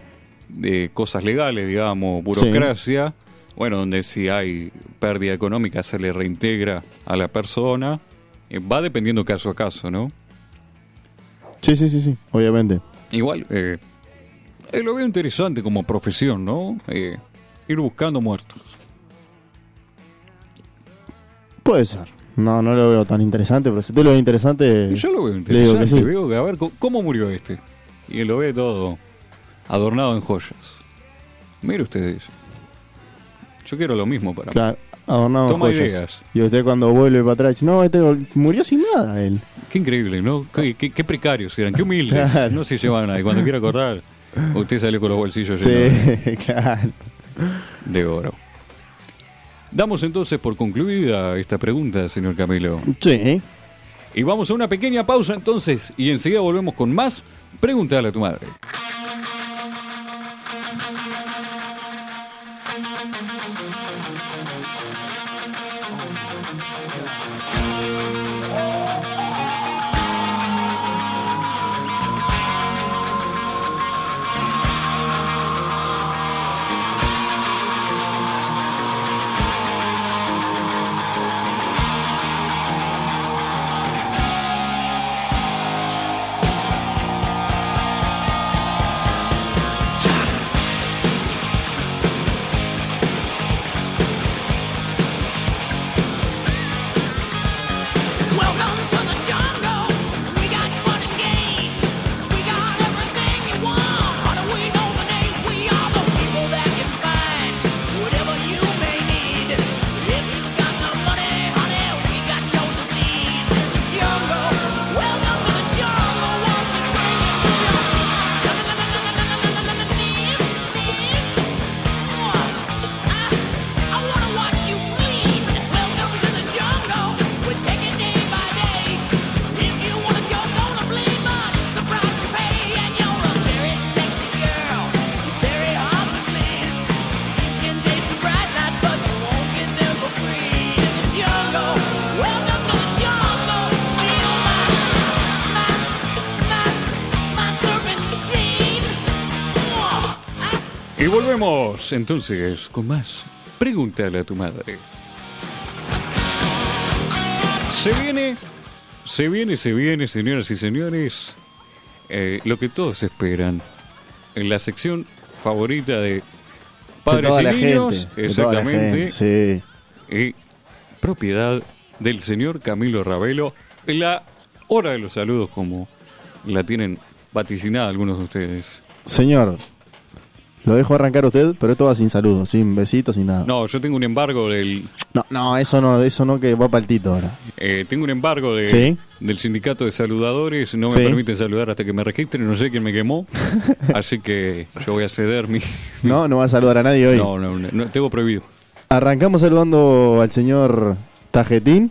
A: de, de cosas legales, digamos, burocracia, bueno, donde si hay pérdida económica se le reintegra a la persona, Eh, va dependiendo caso a caso, ¿no?
B: Sí, sí, sí, sí, obviamente.
A: Igual, eh, eh, lo veo interesante como profesión, ¿no? Eh, ir buscando muertos.
B: Puede ser. No, no lo veo tan interesante, pero si te lo veo interesante.
A: Yo lo veo
B: le digo
A: interesante,
B: que sí.
A: veo que a ver co- cómo murió este. Y lo ve todo adornado en joyas. Mire ustedes. Yo quiero lo mismo para mí.
B: Claro, adornado en
A: Toma
B: joyas.
A: ideas.
B: Y usted cuando vuelve para atrás, dice, no, este vol- murió sin nada él.
A: Qué increíble, ¿no? Qué, qué- qué precarios eran, qué humildes.
B: Claro.
A: No se llevaban nada. Y cuando quiera acordar, usted salió con los bolsillos
B: Sí,
A: llenos
B: claro.
A: de oro. Damos entonces por concluida esta pregunta, señor Camilo.
B: Sí, ¿eh?
A: Y vamos a una pequeña pausa entonces y enseguida volvemos con más Pregúntale a tu madre.
C: Welcome to the jungle. We got fun and games. We got everything you want. Honey, we know the names. We are the people that can find whatever you may need. If you got the money, honey, we got your disease. Jungle. Welcome to the jungle. Won't you bring it to your I wanna watch you bleed. Welcome to the jungle. We take it day by day. If you want it, you're gonna bleed, but it's the price you pay. And you're a very sexy girl. It's very hard to please. You can taste the bright lights, but you won't get them for free. In the jungle. Welcome to the jungle. Feel my, my, my, my serpentine. I
A: Y volvemos entonces con más. Pregúntale a tu madre. Se viene, se viene, se viene, señoras y señores. eh, lo que todos esperan. En la sección favorita de
B: de
A: padres
B: toda
A: y
B: la
A: niños,
B: gente. de toda la
A: exactamente,
B: gente, Sí.
A: y propiedad del señor Camilo Ravelo. La hora de los saludos, como la tienen vaticinada algunos de ustedes.
B: Señor, lo dejo arrancar a usted, pero esto va sin saludos, sin besitos, sin nada.
A: No, yo tengo un embargo del
B: no, no, eso no, eso no que va para el Tito ahora.
A: Eh, tengo un embargo de-
B: Sí.
A: del sindicato de saludadores, no me
B: Sí.
A: permiten saludar hasta que me registren, no sé quién me quemó, así que yo voy a ceder mi...
B: No, no va a saludar a nadie hoy.
A: No, no, no, no, tengo prohibido.
B: Arrancamos saludando al señor Tajetín.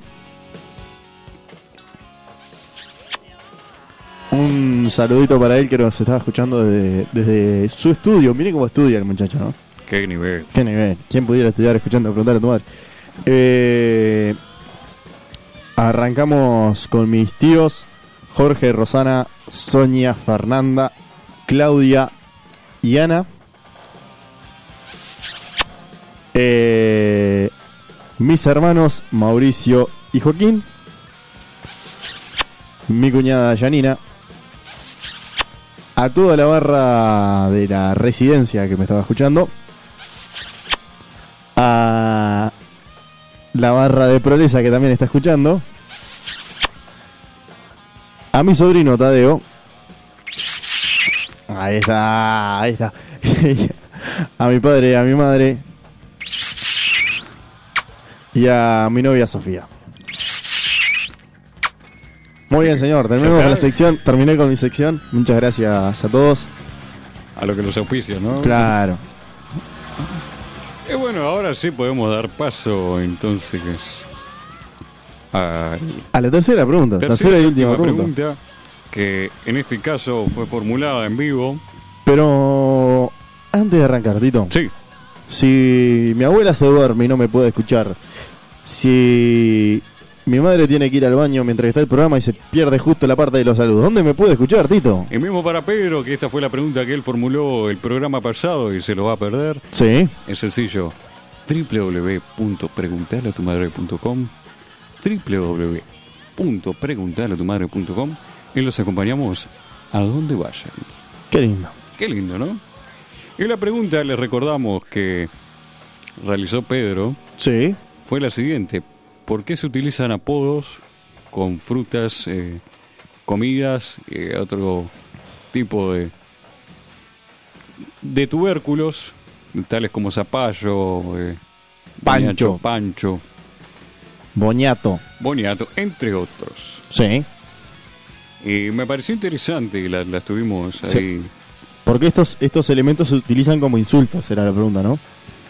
B: Un saludito para él que nos estaba escuchando desde, desde su estudio. Mire cómo estudia el muchacho, ¿no?
A: Qué nivel.
B: Qué nivel. ¿Quién pudiera estudiar escuchando preguntar a tu madre? Eh, arrancamos con mis tíos: Jorge, Rosana, Sonia, Fernanda, Claudia y Ana. Eh, mis hermanos Mauricio y Joaquín. Mi cuñada Janina. A toda la barra de la residencia que me estaba escuchando a la barra de Prolesa que también está escuchando. A mi sobrino Tadeo. Ahí está, ahí está. a mi padre, a mi madre. Y a mi novia Sofía. Muy bien, señor. Terminamos la sección. Terminé con mi sección. Muchas gracias a todos.
A: A lo que los auspicios, ¿no?
B: Claro.
A: Y bueno, ahora sí podemos dar paso entonces a
B: A la tercera pregunta. Tercera, y última pregunta.
A: que en este caso fue formulada en vivo.
B: Pero antes de arrancar, Tito,
A: Sí,
B: si mi abuela se duerme y no me puede escuchar, si Mi madre tiene que ir al baño mientras está el programa y se pierde justo la parte de los saludos. ¿Dónde me puede escuchar, Tito?
A: Y mismo para Pedro, que esta fue la pregunta que él formuló el programa pasado y se lo va a perder.
B: Sí.
A: Es sencillo. www.preguntaleatumadre.com www.preguntaleatumadre.com y los acompañamos a donde vayan.
B: Qué lindo.
A: Qué lindo, ¿no? Y la pregunta, les recordamos que realizó Pedro,
B: Sí.
A: fue la siguiente. ¿Por qué se utilizan apodos con frutas, eh, comidas y otro tipo de, de tubérculos, tales como zapallo, eh,
B: Pancho.
A: boñacho, pancho,
B: Boñato.
A: boniato, entre otros?
B: Sí.
A: Y me pareció interesante y la, la estuvimos ahí.
B: Sí. Porque estos, estos elementos se utilizan como insultos, era la pregunta, ¿no?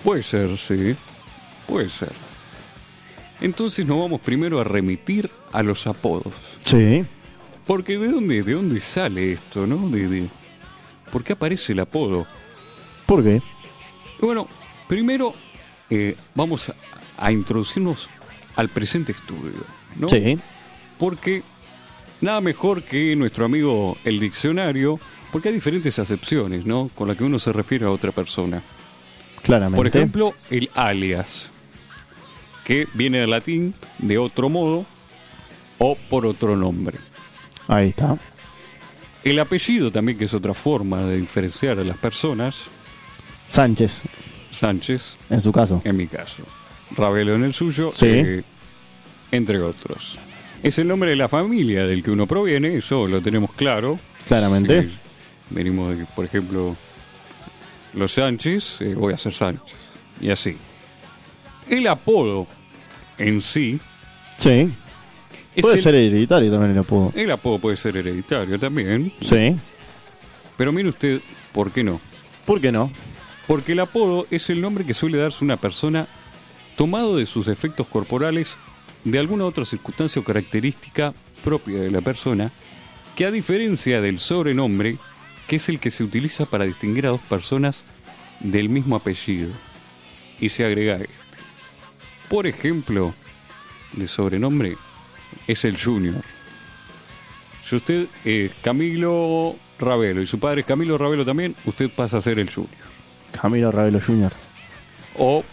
A: Puede ser, sí. Puede ser. Entonces nos vamos primero a remitir a los apodos.
B: Sí.
A: Porque ¿de dónde, de dónde sale esto, no? De, de- ¿Por qué aparece el apodo?
B: ¿Por qué?
A: Y Bueno, primero eh, vamos a, a introducirnos al presente estudio, ¿no? Porque nada mejor que nuestro amigo el diccionario, porque hay diferentes acepciones, ¿no? Con la que uno se refiere a otra persona.
B: Claramente.
A: Por ejemplo, el alias, que viene del latín de otro modo o por otro nombre.
B: Ahí está.
A: El apellido también, que es otra forma de diferenciar a las personas,
B: Sánchez,
A: Sánchez,
B: en su caso.
A: en mi caso, Ravelo en el suyo, eh,
B: Sí.
A: entre otros. Es el nombre de la familia del que uno proviene, eso lo tenemos claro.
B: Claramente.
A: Sí, venimos de, por ejemplo, los Sánchez, eh, voy a ser Sánchez, y así. El apodo en sí...
B: Sí.
A: es
B: Puede
A: el-
B: ser hereditario también el apodo.
A: El apodo puede ser hereditario también,
B: Sí.
A: pero mire usted, ¿por qué no?
B: ¿Por qué no?
A: Porque el apodo es el nombre que suele darse una persona tomado de sus efectos corporales, de alguna otra circunstancia o característica propia de la persona, que a diferencia del sobrenombre, que es el que se utiliza para distinguir a dos personas del mismo apellido, y se agrega este. Por ejemplo, de sobrenombre es el Junior. Si usted es Camilo Ravelo y su padre es Camilo Ravelo también, usted pasa a ser el Junior.
B: Camilo Ravelo Jr.
A: O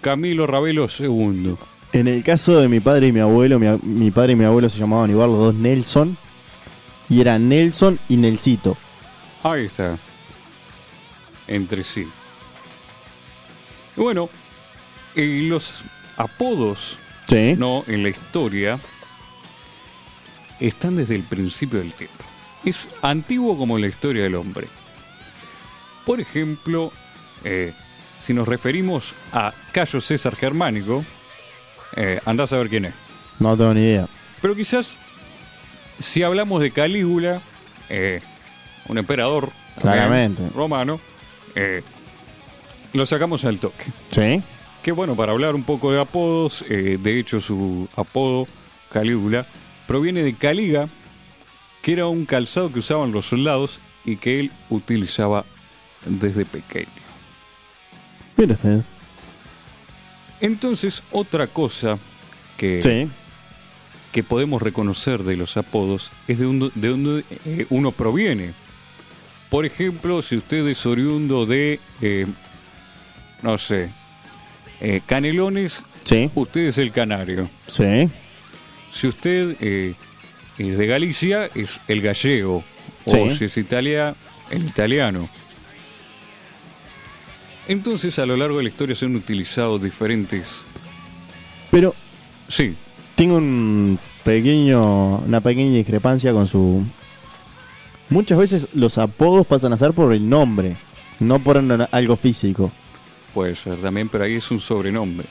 A: Camilo Ravelo II.
B: En el caso de mi padre y mi abuelo, mi, a- mi padre y mi abuelo se llamaban igual los dos Nelson. Y era Nelson y Nelsito.
A: Ahí está. Entre sí. Y Bueno, y los apodos
B: Sí.
A: no en la historia están desde el principio del tiempo. Es antiguo como la historia del hombre. Por ejemplo, eh, si nos referimos a Cayo César Germánico, eh, andás a ver quién es.
B: No tengo ni idea.
A: Pero quizás si hablamos de Calígula, eh, un emperador
B: Claramente.
A: también romano, eh, lo sacamos al toque.
B: Sí.
A: Que bueno, para hablar un poco de apodos, eh, de hecho su apodo, Calígula, proviene de Caliga, que era un calzado que usaban los soldados y que él utilizaba desde pequeño.
B: Mire usted.
A: Entonces, otra cosa que,
B: Sí.
A: que podemos reconocer de los apodos es de dónde de dónde, eh, uno proviene. Por ejemplo, si usted es oriundo de, eh, no sé, eh, Canelones,
B: Sí.
A: usted es el canario.
B: Sí.
A: Si usted eh, es de Galicia, es el gallego. O
B: Sí.
A: si es Italia, el italiano. Entonces, a lo largo de la historia se han utilizado diferentes...
B: Pero
A: Sí,
B: tengo un pequeño, una pequeña discrepancia con su. Muchas veces los apodos pasan a ser por el nombre, no por an- algo físico.
A: puede ser también, pero ahí es un sobrenombre.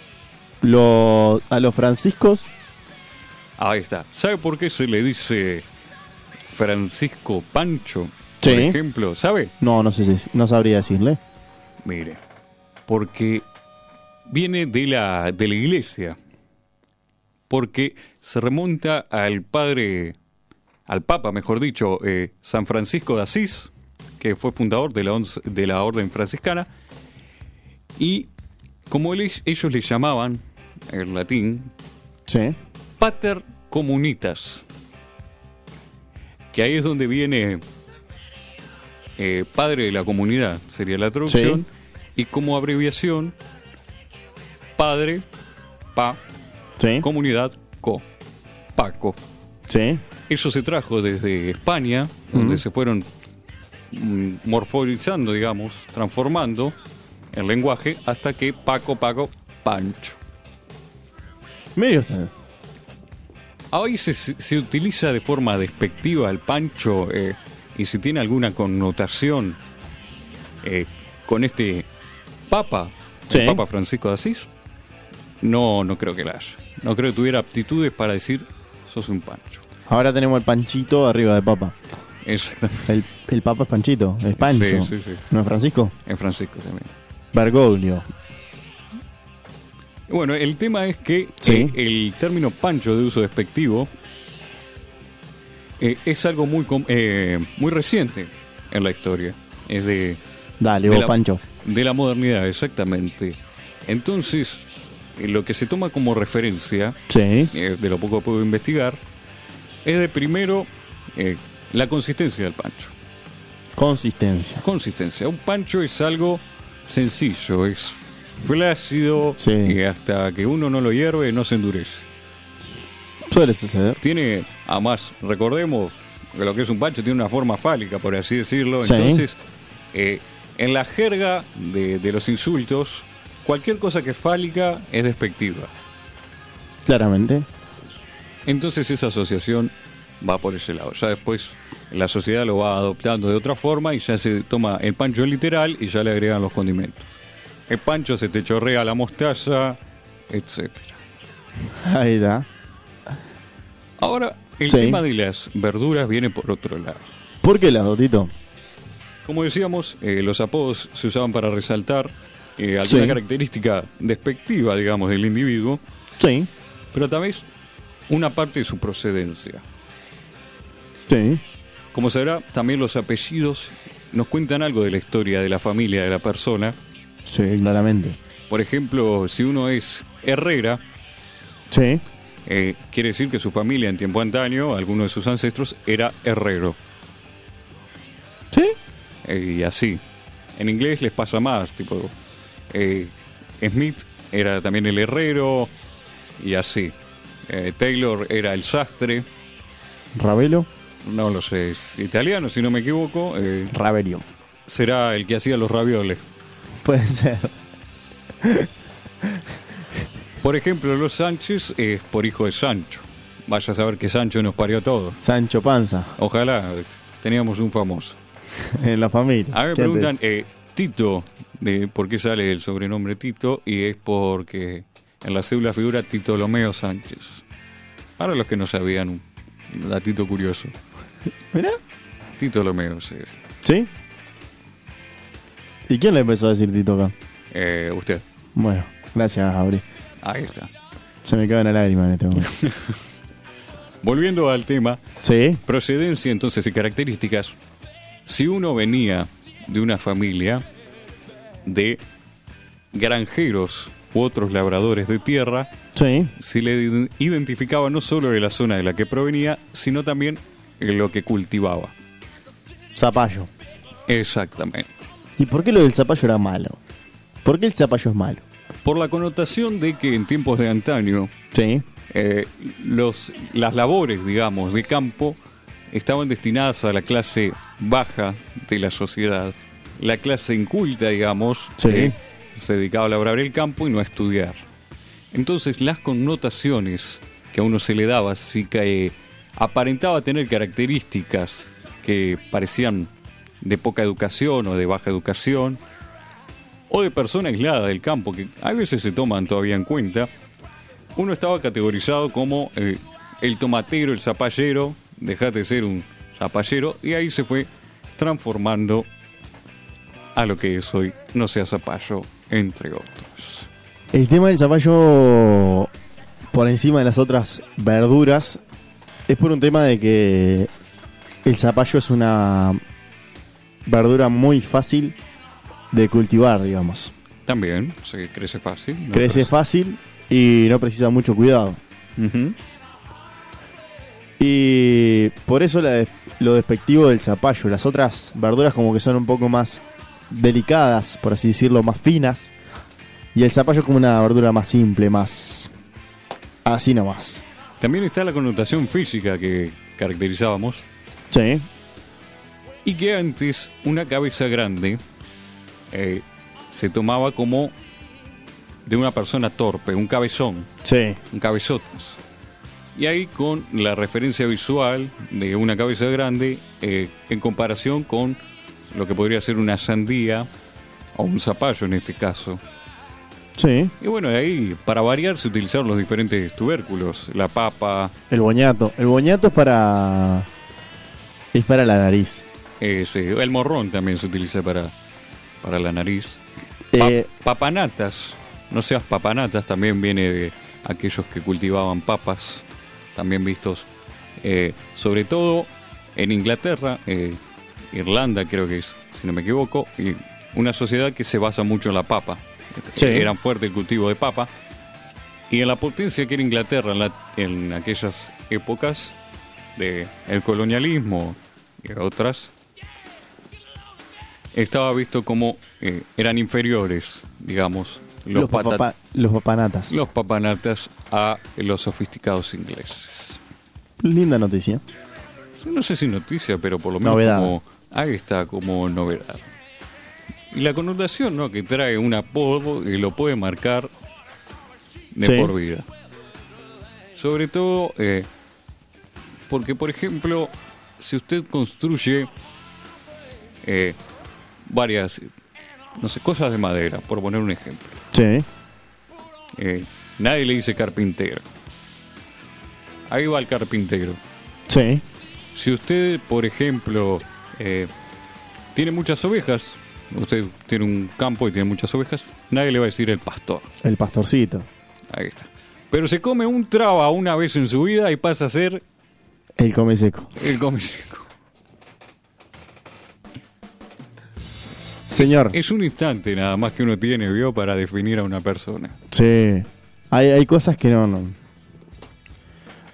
B: Los, a los franciscos,
A: Ahí está. ¿Sabe por qué se le dice Francisco Pancho?
B: Sí.
A: Por ejemplo, ¿sabe?
B: no, no sé si, no sabría decirle.
A: Mire, porque viene de la, de la iglesia. Porque se remonta al padre, al papa, mejor dicho, eh, San Francisco de Asís, que fue fundador de la, ons- de la orden franciscana. Y como él- ellos le llamaban, en latín,
B: Sí.
A: pater comunitas. Que ahí es donde viene eh, padre de la comunidad, sería la traducción. Y como abreviación, padre, pa,
B: Sí.
A: comunidad, co, paco.
B: Sí.
A: Eso se trajo desde España, donde se fueron mm, morfolizando, digamos, transformando el lenguaje hasta que Paco Paco Pancho.
B: Mire usted.
A: Hoy se, se utiliza de forma despectiva el pancho eh, y si tiene alguna connotación eh, con este Papa,
B: Sí.
A: el Papa Francisco de Asís, no, no creo que la haya. No creo que tuviera aptitudes para decir sos un pancho.
B: Ahora tenemos el panchito arriba de papa.
A: Exactamente.
B: El, el papa es panchito, es pancho.
A: Sí, sí, sí.
B: ¿No es Francisco?
A: En Francisco también.
B: Bergoglio.
A: Bueno, el tema es que
B: Sí.
A: eh, el término pancho de uso despectivo eh, es algo muy, com- eh, muy reciente en la historia. Es de,
B: Dale,
A: de
B: vos,
A: la-
B: pancho.
A: de la modernidad, exactamente. Entonces, eh, lo que se toma como referencia,
B: Sí.
A: eh, de lo poco que puedo investigar, es de primero eh, la consistencia del pancho.
B: Consistencia.
A: Consistencia. Un pancho es algo sencillo, es flácido
B: Sí.
A: y hasta que uno no lo hierve no se endurece.
B: Suele suceder.
A: Tiene, además, recordemos que lo que es un pancho tiene una forma fálica, por así decirlo.
B: Sí.
A: Entonces, eh, en la jerga de, de los insultos, cualquier cosa que es fálica es despectiva.
B: Claramente.
A: Entonces esa asociación va por ese lado. Ya después la sociedad lo va adoptando de otra forma y ya se toma el pancho literal y ya le agregan los condimentos. El pancho se te chorrea la mostaza, etcétera.
B: Ahí está.
A: Ahora, el
B: Sí.
A: tema de las verduras viene por otro lado.
B: ¿Por qué lado, Tito?
A: Como decíamos, eh, los apodos se usaban para resaltar eh, alguna
B: Sí.
A: característica despectiva, digamos, del individuo,
B: Sí.
A: pero también una parte de su procedencia.
B: Sí.
A: Como sabrá, también los apellidos nos cuentan algo de la historia de la familia de la persona.
B: Sí, claramente.
A: Por ejemplo, si uno es Herrera,
B: Sí.
A: eh, quiere decir que su familia en tiempo antaño, alguno de sus ancestros, era herrero.
B: Sí.
A: Eh, y así. En inglés les pasa más, tipo. eh, Smith era también el herrero, y así. Eh, Taylor era el sastre,
B: Ravelo.
A: no lo sé, es italiano, si no me equivoco. eh,
B: Ravelio.
A: será el que hacía los ravioles.
B: Puede ser.
A: Por ejemplo, los Sánchez es por hijo de Sancho. Vaya a saber que Sancho nos parió a todos.
B: Sancho Panza.
A: Ojalá eh, teníamos un famoso.
B: En la familia.
A: A mí me
B: ¿Qué
A: preguntan,
B: antes?
A: eh, Tito, de por qué sale el sobrenombre Tito, y es porque en la cédula figura Tito Lomeo Sánchez. Para los que no sabían, un datito curioso.
B: ¿Mirá?
A: Tito Lomeo, sí.
B: ¿Sí? ¿Y quién le empezó a decir Tito acá?
A: Eh, usted,
B: Bueno, gracias, Gabriel.
A: ahí está.
B: Se me cae una lágrima en este momento.
A: Volviendo al tema,
B: sí.
A: procedencia entonces y características. Si uno venía de una familia de granjeros u otros labradores de tierra,
B: Sí.
A: se le iden- identificaba no solo de la zona de la que provenía, sino también lo que cultivaba.
B: Zapallo.
A: Exactamente.
B: ¿Y por qué lo del zapallo era malo? ¿Por qué el zapallo es malo?
A: Por la connotación de que en tiempos de antaño
B: Sí.
A: eh, los, las labores, digamos, de campo estaban destinadas a la clase baja de la sociedad. La clase inculta, digamos,
B: Sí.
A: que se dedicaba a labrar el campo y no a estudiar. Entonces las connotaciones que a uno se le daba, si que eh, aparentaba tener características que parecían de poca educación o de baja educación, o de persona aislada del campo, que a veces se toman todavía en cuenta, uno estaba categorizado como eh, el tomatero, el zapallero, dejate de ser un zapallero, y ahí se fue transformando a lo que es hoy, no sea zapallo, entre otros.
B: El tema del zapallo por encima de las otras verduras es por un tema de que el zapallo es una verdura muy fácil de cultivar, digamos.
A: También, se crece fácil. ¿no?
B: Crece fácil y no precisa mucho cuidado.
A: Ujú.
B: Y por eso la de- lo despectivo del zapallo. Las otras verduras como que son un poco más delicadas, por así decirlo, más finas. Y el zapallo es como una verdura más simple, más... Así nomás.
A: También está la connotación física que caracterizábamos
B: Sí.
A: y que antes una cabeza grande eh, se tomaba como de una persona torpe, un cabezón,
B: Sí.
A: un cabezotas. Y ahí con la referencia visual de una cabeza grande eh, en comparación con lo que podría ser una sandía o un zapallo en este caso.
B: Sí.
A: Y bueno, de ahí para variar se utilizaron los diferentes tubérculos, la papa,
B: El boñato. El boñato es para... Es para la nariz.
A: ese, eh, el morrón también se utiliza para, para la nariz. Pa-
B: Eh,
A: papanatas, no seas papanatas, también viene de aquellos que cultivaban papas, también vistos, eh, sobre todo en Inglaterra, eh, Irlanda creo que es, si no me equivoco, y una sociedad que se basa mucho en la papa.
B: Sí.
A: Era fuerte el cultivo de papa. Y en la potencia que era Inglaterra en, la- en aquellas épocas del colonialismo y otras, estaba visto como eh, eran inferiores, digamos, los,
B: los,
A: pata-
B: papapa- los papanatas.
A: los papanatas a los sofisticados ingleses.
B: Linda noticia.
A: No sé si noticia, pero por lo menos
B: Novedad.
A: como- ahí está como novedad. Y la connotación ¿no? que trae un apodo que lo puede marcar de
B: Sí.
A: por vida. Sobre todo eh, porque, por ejemplo, si usted construye eh, varias, no sé, cosas de madera, por poner un ejemplo.
B: Sí.
A: eh, nadie le dice carpintero. Ahí va el carpintero.
B: Sí.
A: Si usted, por ejemplo, eh, tiene muchas ovejas, usted tiene un campo y tiene muchas ovejas, nadie le va a decir el pastor.
B: El pastorcito.
A: Ahí está. Pero se come un traba una vez en su vida y pasa a ser
B: El come seco.
A: el comiseco.
B: Señor.
A: Es un instante nada más que uno tiene, ¿vio? Para definir a una persona.
B: Sí. Hay, hay cosas que no, no.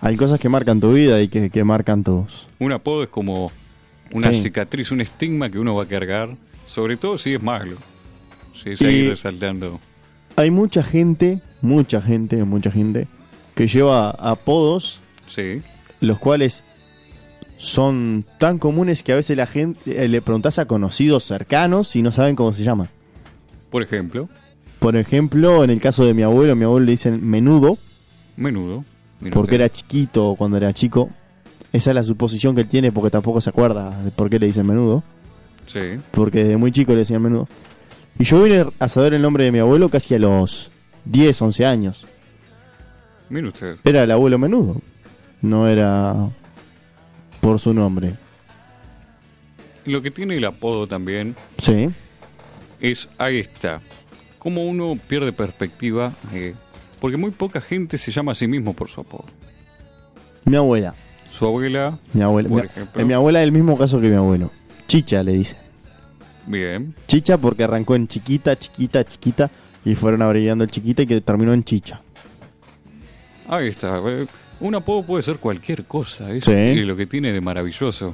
B: Hay cosas que marcan tu vida y que, que marcan tus.
A: Un apodo es como una
B: Sí.
A: cicatriz, un estigma que uno va a cargar, sobre todo si es malo. Si es ahí
B: Y-
A: resaltando.
B: Hay mucha gente, mucha gente, mucha gente que lleva apodos
A: Sí.
B: los cuales son tan comunes que a veces la gente eh, le preguntas a conocidos cercanos y no saben cómo se llama.
A: Por ejemplo,
B: Por ejemplo, en el caso de mi abuelo, mi abuelo le dicen menudo
A: menudo. Mira
B: porque
A: usted.
B: era chiquito o cuando era chico. Esa es la suposición que él tiene porque tampoco se acuerda de por qué le dicen menudo.
A: Sí.
B: porque desde muy chico le decían menudo. Y yo vine a saber el nombre de mi abuelo casi a los 10, 11 años.
A: Mire usted.
B: Era el abuelo menudo, no era por su nombre.
A: Lo que tiene el apodo también
B: Sí,
A: es ahí está. Cómo uno pierde perspectiva, eh, porque muy poca gente se llama a sí mismo por su apodo.
B: mi abuela,
A: Su abuela,
B: mi abuela,
A: Por
B: mi,
A: ejemplo.
B: eh, mi abuela es el mismo caso que mi abuelo. Chicha le dicen.
A: bien,
B: Chicha porque arrancó en chiquita, chiquita, chiquita y fueron abreviando el chiquita y que terminó en chicha.
A: ahí está. Eh, un apodo puede ser cualquier cosa, es
B: Sí.
A: es lo que tiene de maravilloso.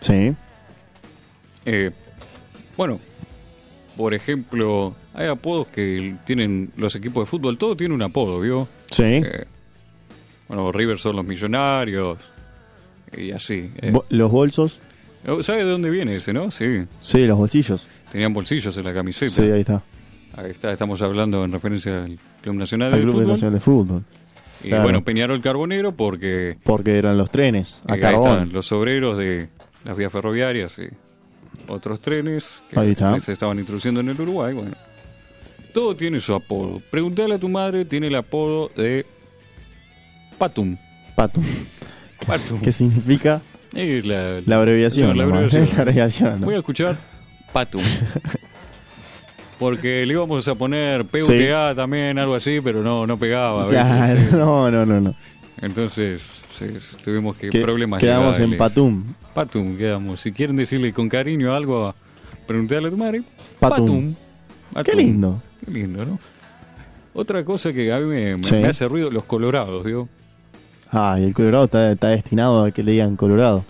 B: Sí,
A: Eh, bueno, por ejemplo, hay apodos que tienen los equipos de fútbol, todo tiene un apodo, ¿vio?
B: sí.
A: Eh, bueno, River son los millonarios y así. eh.
B: Bo- los bolsos,
A: ¿Sabe de dónde viene ese, no? Sí,
B: sí, los bolsillos.
A: tenían bolsillos en la camiseta.
B: Sí, ahí está.
A: Ahí está, estamos hablando en referencia al Club Nacional
B: El
A: de
B: Club
A: Fútbol.
B: Nacional de Fútbol.
A: Y
B: claro.
A: bueno, Peñarol Carbonero porque eh,
B: Porque eran los trenes, a
A: ahí
B: carbón.
A: están los obreros de las vías ferroviarias y otros trenes que
B: Ahí está.
A: se estaban introduciendo en el Uruguay. Bueno, todo tiene su apodo. Preguntale a tu madre, tiene el apodo de Patum.
B: Pato.
A: Patum.
B: ¿Qué significa?
A: Es la,
B: La abreviación.
A: No, la
B: nomás.
A: abreviación.
B: La abreviación, ¿no?
A: Voy a escuchar Patum. Porque le íbamos a poner PUTA también, algo así, pero no, no pegaba. ¿viste?
B: Claro,
A: Sí.
B: no, no, no. no.
A: Entonces, sí, sí, tuvimos que,
B: Que-
A: problemas.
B: quedamos en
A: legales.
B: Patum.
A: Patum, quedamos. Si quieren decirle con cariño algo, preguntarle a tu madre.
B: Patum.
A: Patum.
B: Qué lindo.
A: Qué lindo, ¿no? Otra cosa que a mí me, me-
B: Sí.
A: me hace ruido, los colorados, digo.
B: Ah, y el colorado está, está destinado a que le digan colorado.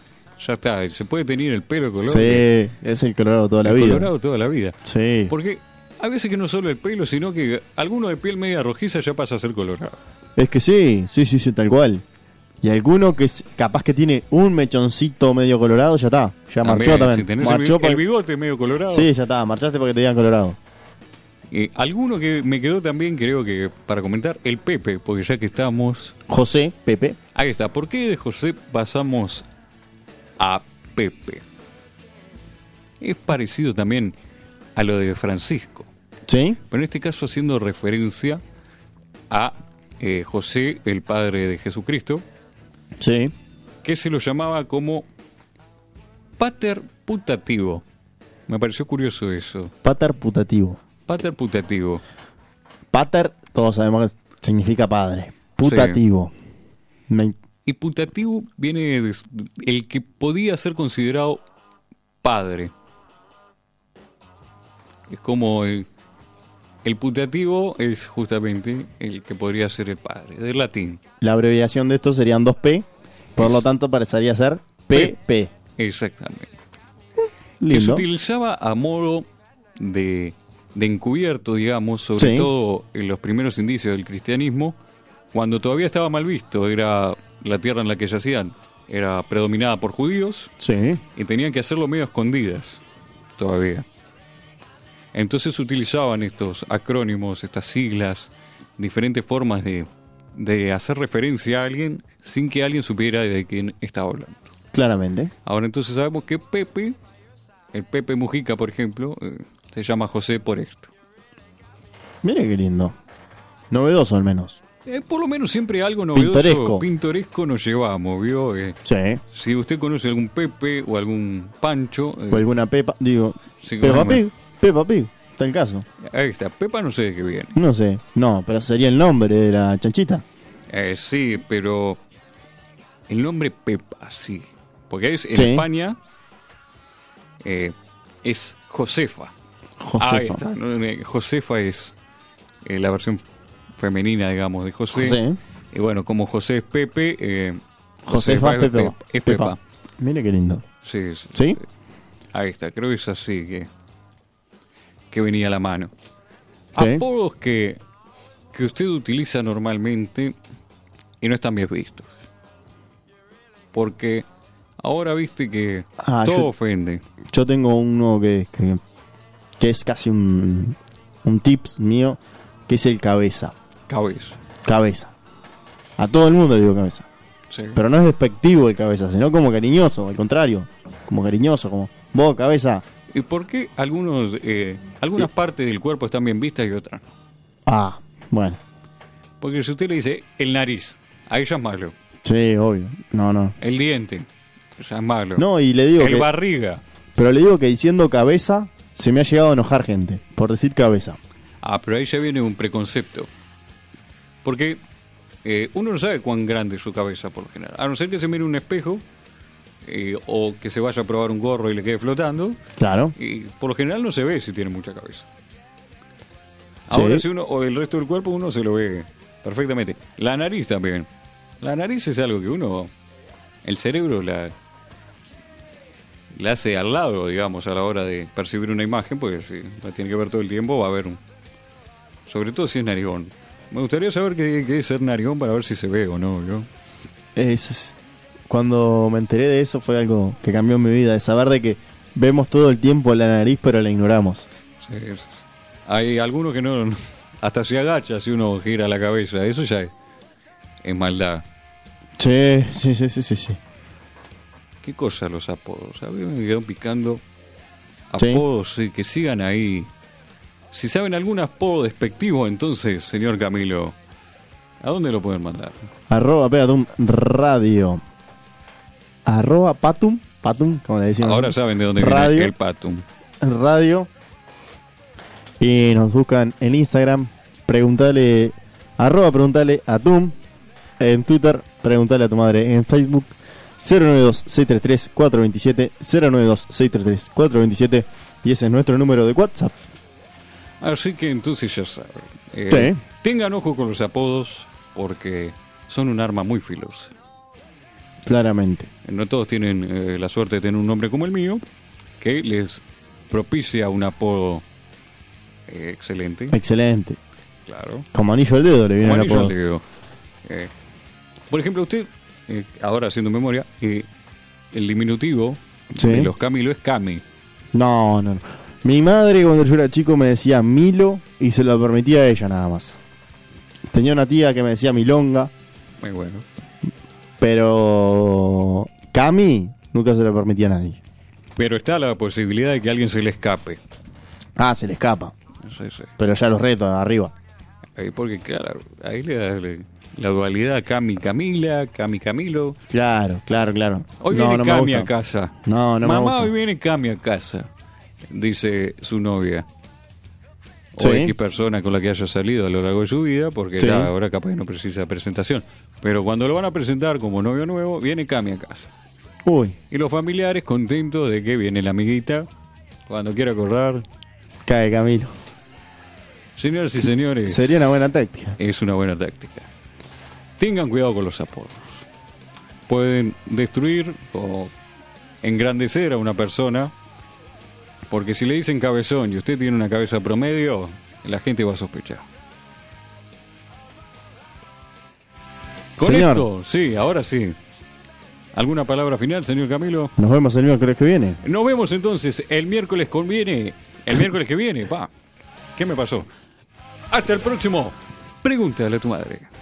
A: Ya está, se puede tener el pelo color.
B: Sí, es el colorado toda la
A: el
B: vida.
A: colorado toda la vida.
B: Sí.
A: Porque a veces que no solo el pelo, sino que alguno de piel media rojiza ya pasa a ser colorado.
B: Es que sí, sí, sí, sí, tal cual. Y alguno que es- capaz que tiene un mechoncito medio colorado, ya está. Ya marchó
A: También,
B: también.
A: Si tenés el bi-
B: marchó
A: el,
B: pa-
A: bigote medio colorado.
B: Sí, ya está, marchaste porque te digan colorado.
A: Eh, alguno que me quedó también, creo que para comentar, el Pepe, porque ya que estamos.
B: José, Pepe.
A: Ahí está, ¿por qué de José pasamos a Pepe? Es parecido también a lo de Francisco,
B: ¿Sí?
A: pero en este caso haciendo referencia a eh, José, el padre de Jesucristo,
B: Sí.
A: que se lo llamaba como pater putativo. Me pareció curioso eso,
B: Pater putativo.
A: pater putativo.
B: Pater, todos sabemos que significa padre. Putativo. Me-
A: Y putativo viene de- el que podía ser considerado padre. Es como el, el putativo es justamente el que podría ser el padre, del latín.
B: la abreviación de esto serían 2P. Por lo tanto, parecería ser PP.
A: Exactamente. Que se
B: Lindo.
A: utilizaba a modo de, de encubierto, digamos, sobre
B: Sí.
A: todo en los primeros indicios del cristianismo, cuando todavía estaba mal visto, era la tierra en la que yacían, era predominada por judíos.
B: Sí.
A: y tenían que hacerlo medio escondidas todavía. Entonces utilizaban estos acrónimos, estas siglas, diferentes formas de, de hacer referencia a alguien sin que alguien supiera de quién estaba hablando.
B: Claramente.
A: Ahora entonces sabemos que Pepe, el Pepe Mujica por ejemplo, eh, se llama José por esto.
B: Mire qué lindo. Novedoso al menos.
A: Eh, por lo menos siempre algo novedoso,
B: Pintoresco.
A: pintoresco nos llevamos, ¿vio? Eh,
B: Sí.
A: si usted conoce algún Pepe o algún Pancho, eh,
B: O Pues alguna Pepa, digo,
A: Sí,
B: Peppa
A: bueno.
B: Pig, Peppa Pig, tal caso.
A: ahí está, Pepa no sé de qué viene.
B: No sé, no, pero sería el nombre de la chanchita.
A: Eh, sí, pero el nombre Pepa, sí. Porque es, en
B: Sí.
A: España eh, es Josefa.
B: Josefa.
A: Ahí está, ¿no? Eh, Josefa es eh, la versión femenina, digamos, de José.
B: José.
A: Y bueno, como José es Pepe, eh,
B: Josefa
A: es
B: Pepa.
A: Pep- es Pepa.
B: Mire qué lindo.
A: Sí, es- eh,
B: ¿Sí?
A: Ahí está, creo que es así que, que venía a la mano.
B: Sí.
A: Apodos que, que usted utiliza normalmente y no están bien vistos. Porque ahora viste que
B: Ah,
A: todo
B: yo-
A: ofende.
B: Yo tengo uno que, que, que es casi un, un tips mío, que es el cabeza.
A: Cabeza.
B: Cabeza. A todo el mundo le digo cabeza.
A: Sí.
B: Pero no es despectivo el cabeza, sino como cariñoso, al contrario. Como cariñoso, como vos, cabeza.
A: ¿Y por qué algunos, eh, algunas partes del cuerpo están bien vistas y otras no?
B: Ah, bueno.
A: Porque si usted le dice el nariz, ahí ya es malo.
B: Sí, obvio. No, no.
A: El diente, ya es malo.
B: No, y le digo
A: el
B: que...
A: barriga.
B: Pero le digo que diciendo cabeza se me ha llegado a enojar gente por decir cabeza.
A: Ah, pero ahí ya viene un preconcepto. Porque eh, uno no sabe cuán grande es su cabeza por lo general. A no ser que se mire un espejo eh, o que se vaya a probar un gorro y le quede flotando.
B: Claro.
A: Y por lo general no se ve si tiene mucha cabeza. Ahora
B: Sí.
A: si uno, o el resto del cuerpo uno se lo ve perfectamente. La nariz también. La nariz es algo que uno, el cerebro la, la hace al lado, digamos, a la hora de percibir una imagen, porque si la tiene que ver todo el tiempo va a haber un... Sobre todo si es narigón. Me gustaría saber qué, qué es ser narigón para ver si se ve o no, ¿vio?
B: Es, es- cuando me enteré de eso fue algo que cambió mi vida, de saber de que vemos todo el tiempo la nariz pero la ignoramos.
A: Sí, sí, sí. Hay algunos que no. no- Hasta se agacha si uno gira la cabeza. Eso ya es, es maldad.
B: Sí, sí, sí, sí, sí. sí.
A: ¿Qué cosa los apodos? A mí me quedaron picando
B: Sí.
A: apodos sí, que sigan ahí. Si saben algún apodo despectivo, entonces, señor Camilo, ¿a dónde lo pueden mandar?
B: Arroba Pegatum Radio. Arroba Patum. Patum, como le decimos.
A: Ahora saben de dónde
B: Radio.
A: viene el patum.
B: radio. Y nos buscan en Instagram. Preguntale, arroba preguntale a Tum. En Twitter, preguntale a tu madre. En Facebook, 092-633-427. 092-633-427. Y ese es nuestro número de WhatsApp.
A: Así que entonces ya saben. Eh,
B: Sí.
A: Tengan ojo con los apodos porque son un arma muy filosa.
B: claramente.
A: No todos tienen eh, la suerte de tener un nombre como el mío, que les propicia un apodo eh, excelente.
B: Excelente.
A: Claro.
B: Como anillo al dedo le viene
A: Como
B: el
A: anillo al
B: apodo.
A: dedo. Eh, por ejemplo, usted, eh, ahora haciendo memoria, eh, el diminutivo
B: Sí.
A: de los Camilo es Cami.
B: No, no, no. Mi madre cuando yo era chico me decía Milo y se lo permitía a ella nada más. Tenía una tía que me decía Milonga,
A: Muy bueno.
B: pero Cami nunca se lo permitía a nadie.
A: Pero está la posibilidad de que alguien se le escape.
B: Ah, se le escapa,
A: Sí, sí.
B: pero ya los retos arriba.
A: Eh, porque, claro, ahí le da le- la dualidad Cami Camila, Cami Camilo.
B: Claro, claro, claro.
A: Hoy
B: no,
A: viene
B: no me
A: Cami a
B: gusta.
A: casa.
B: No, no me
A: Mamá,
B: gusta.
A: hoy viene Cami a casa, dice su novia. O
B: Sí.
A: X persona con la que haya salido a lo largo de su vida, porque
B: Sí.
A: ya ahora capaz que no precisa presentación. Pero cuando lo van a presentar como novio nuevo, viene Cami a casa.
B: Uy,
A: Y los familiares contentos de que viene la amiguita, cuando quiera acordar.
B: cae Camilo.
A: Señoras y señores,
B: Sería una buena táctica.
A: es una buena táctica. Tengan cuidado con los apodos. Pueden destruir o engrandecer a una persona. Porque si le dicen cabezón y usted tiene una cabeza promedio, la gente va a sospechar. Con
B: Señor.
A: esto, sí, ahora sí. ¿Alguna palabra final, señor Camilo?
B: Nos vemos el miércoles que viene.
A: Nos vemos entonces el miércoles conviene. El miércoles que viene, va. ¿Qué me pasó? Hasta el próximo. Pregúntale a tu madre.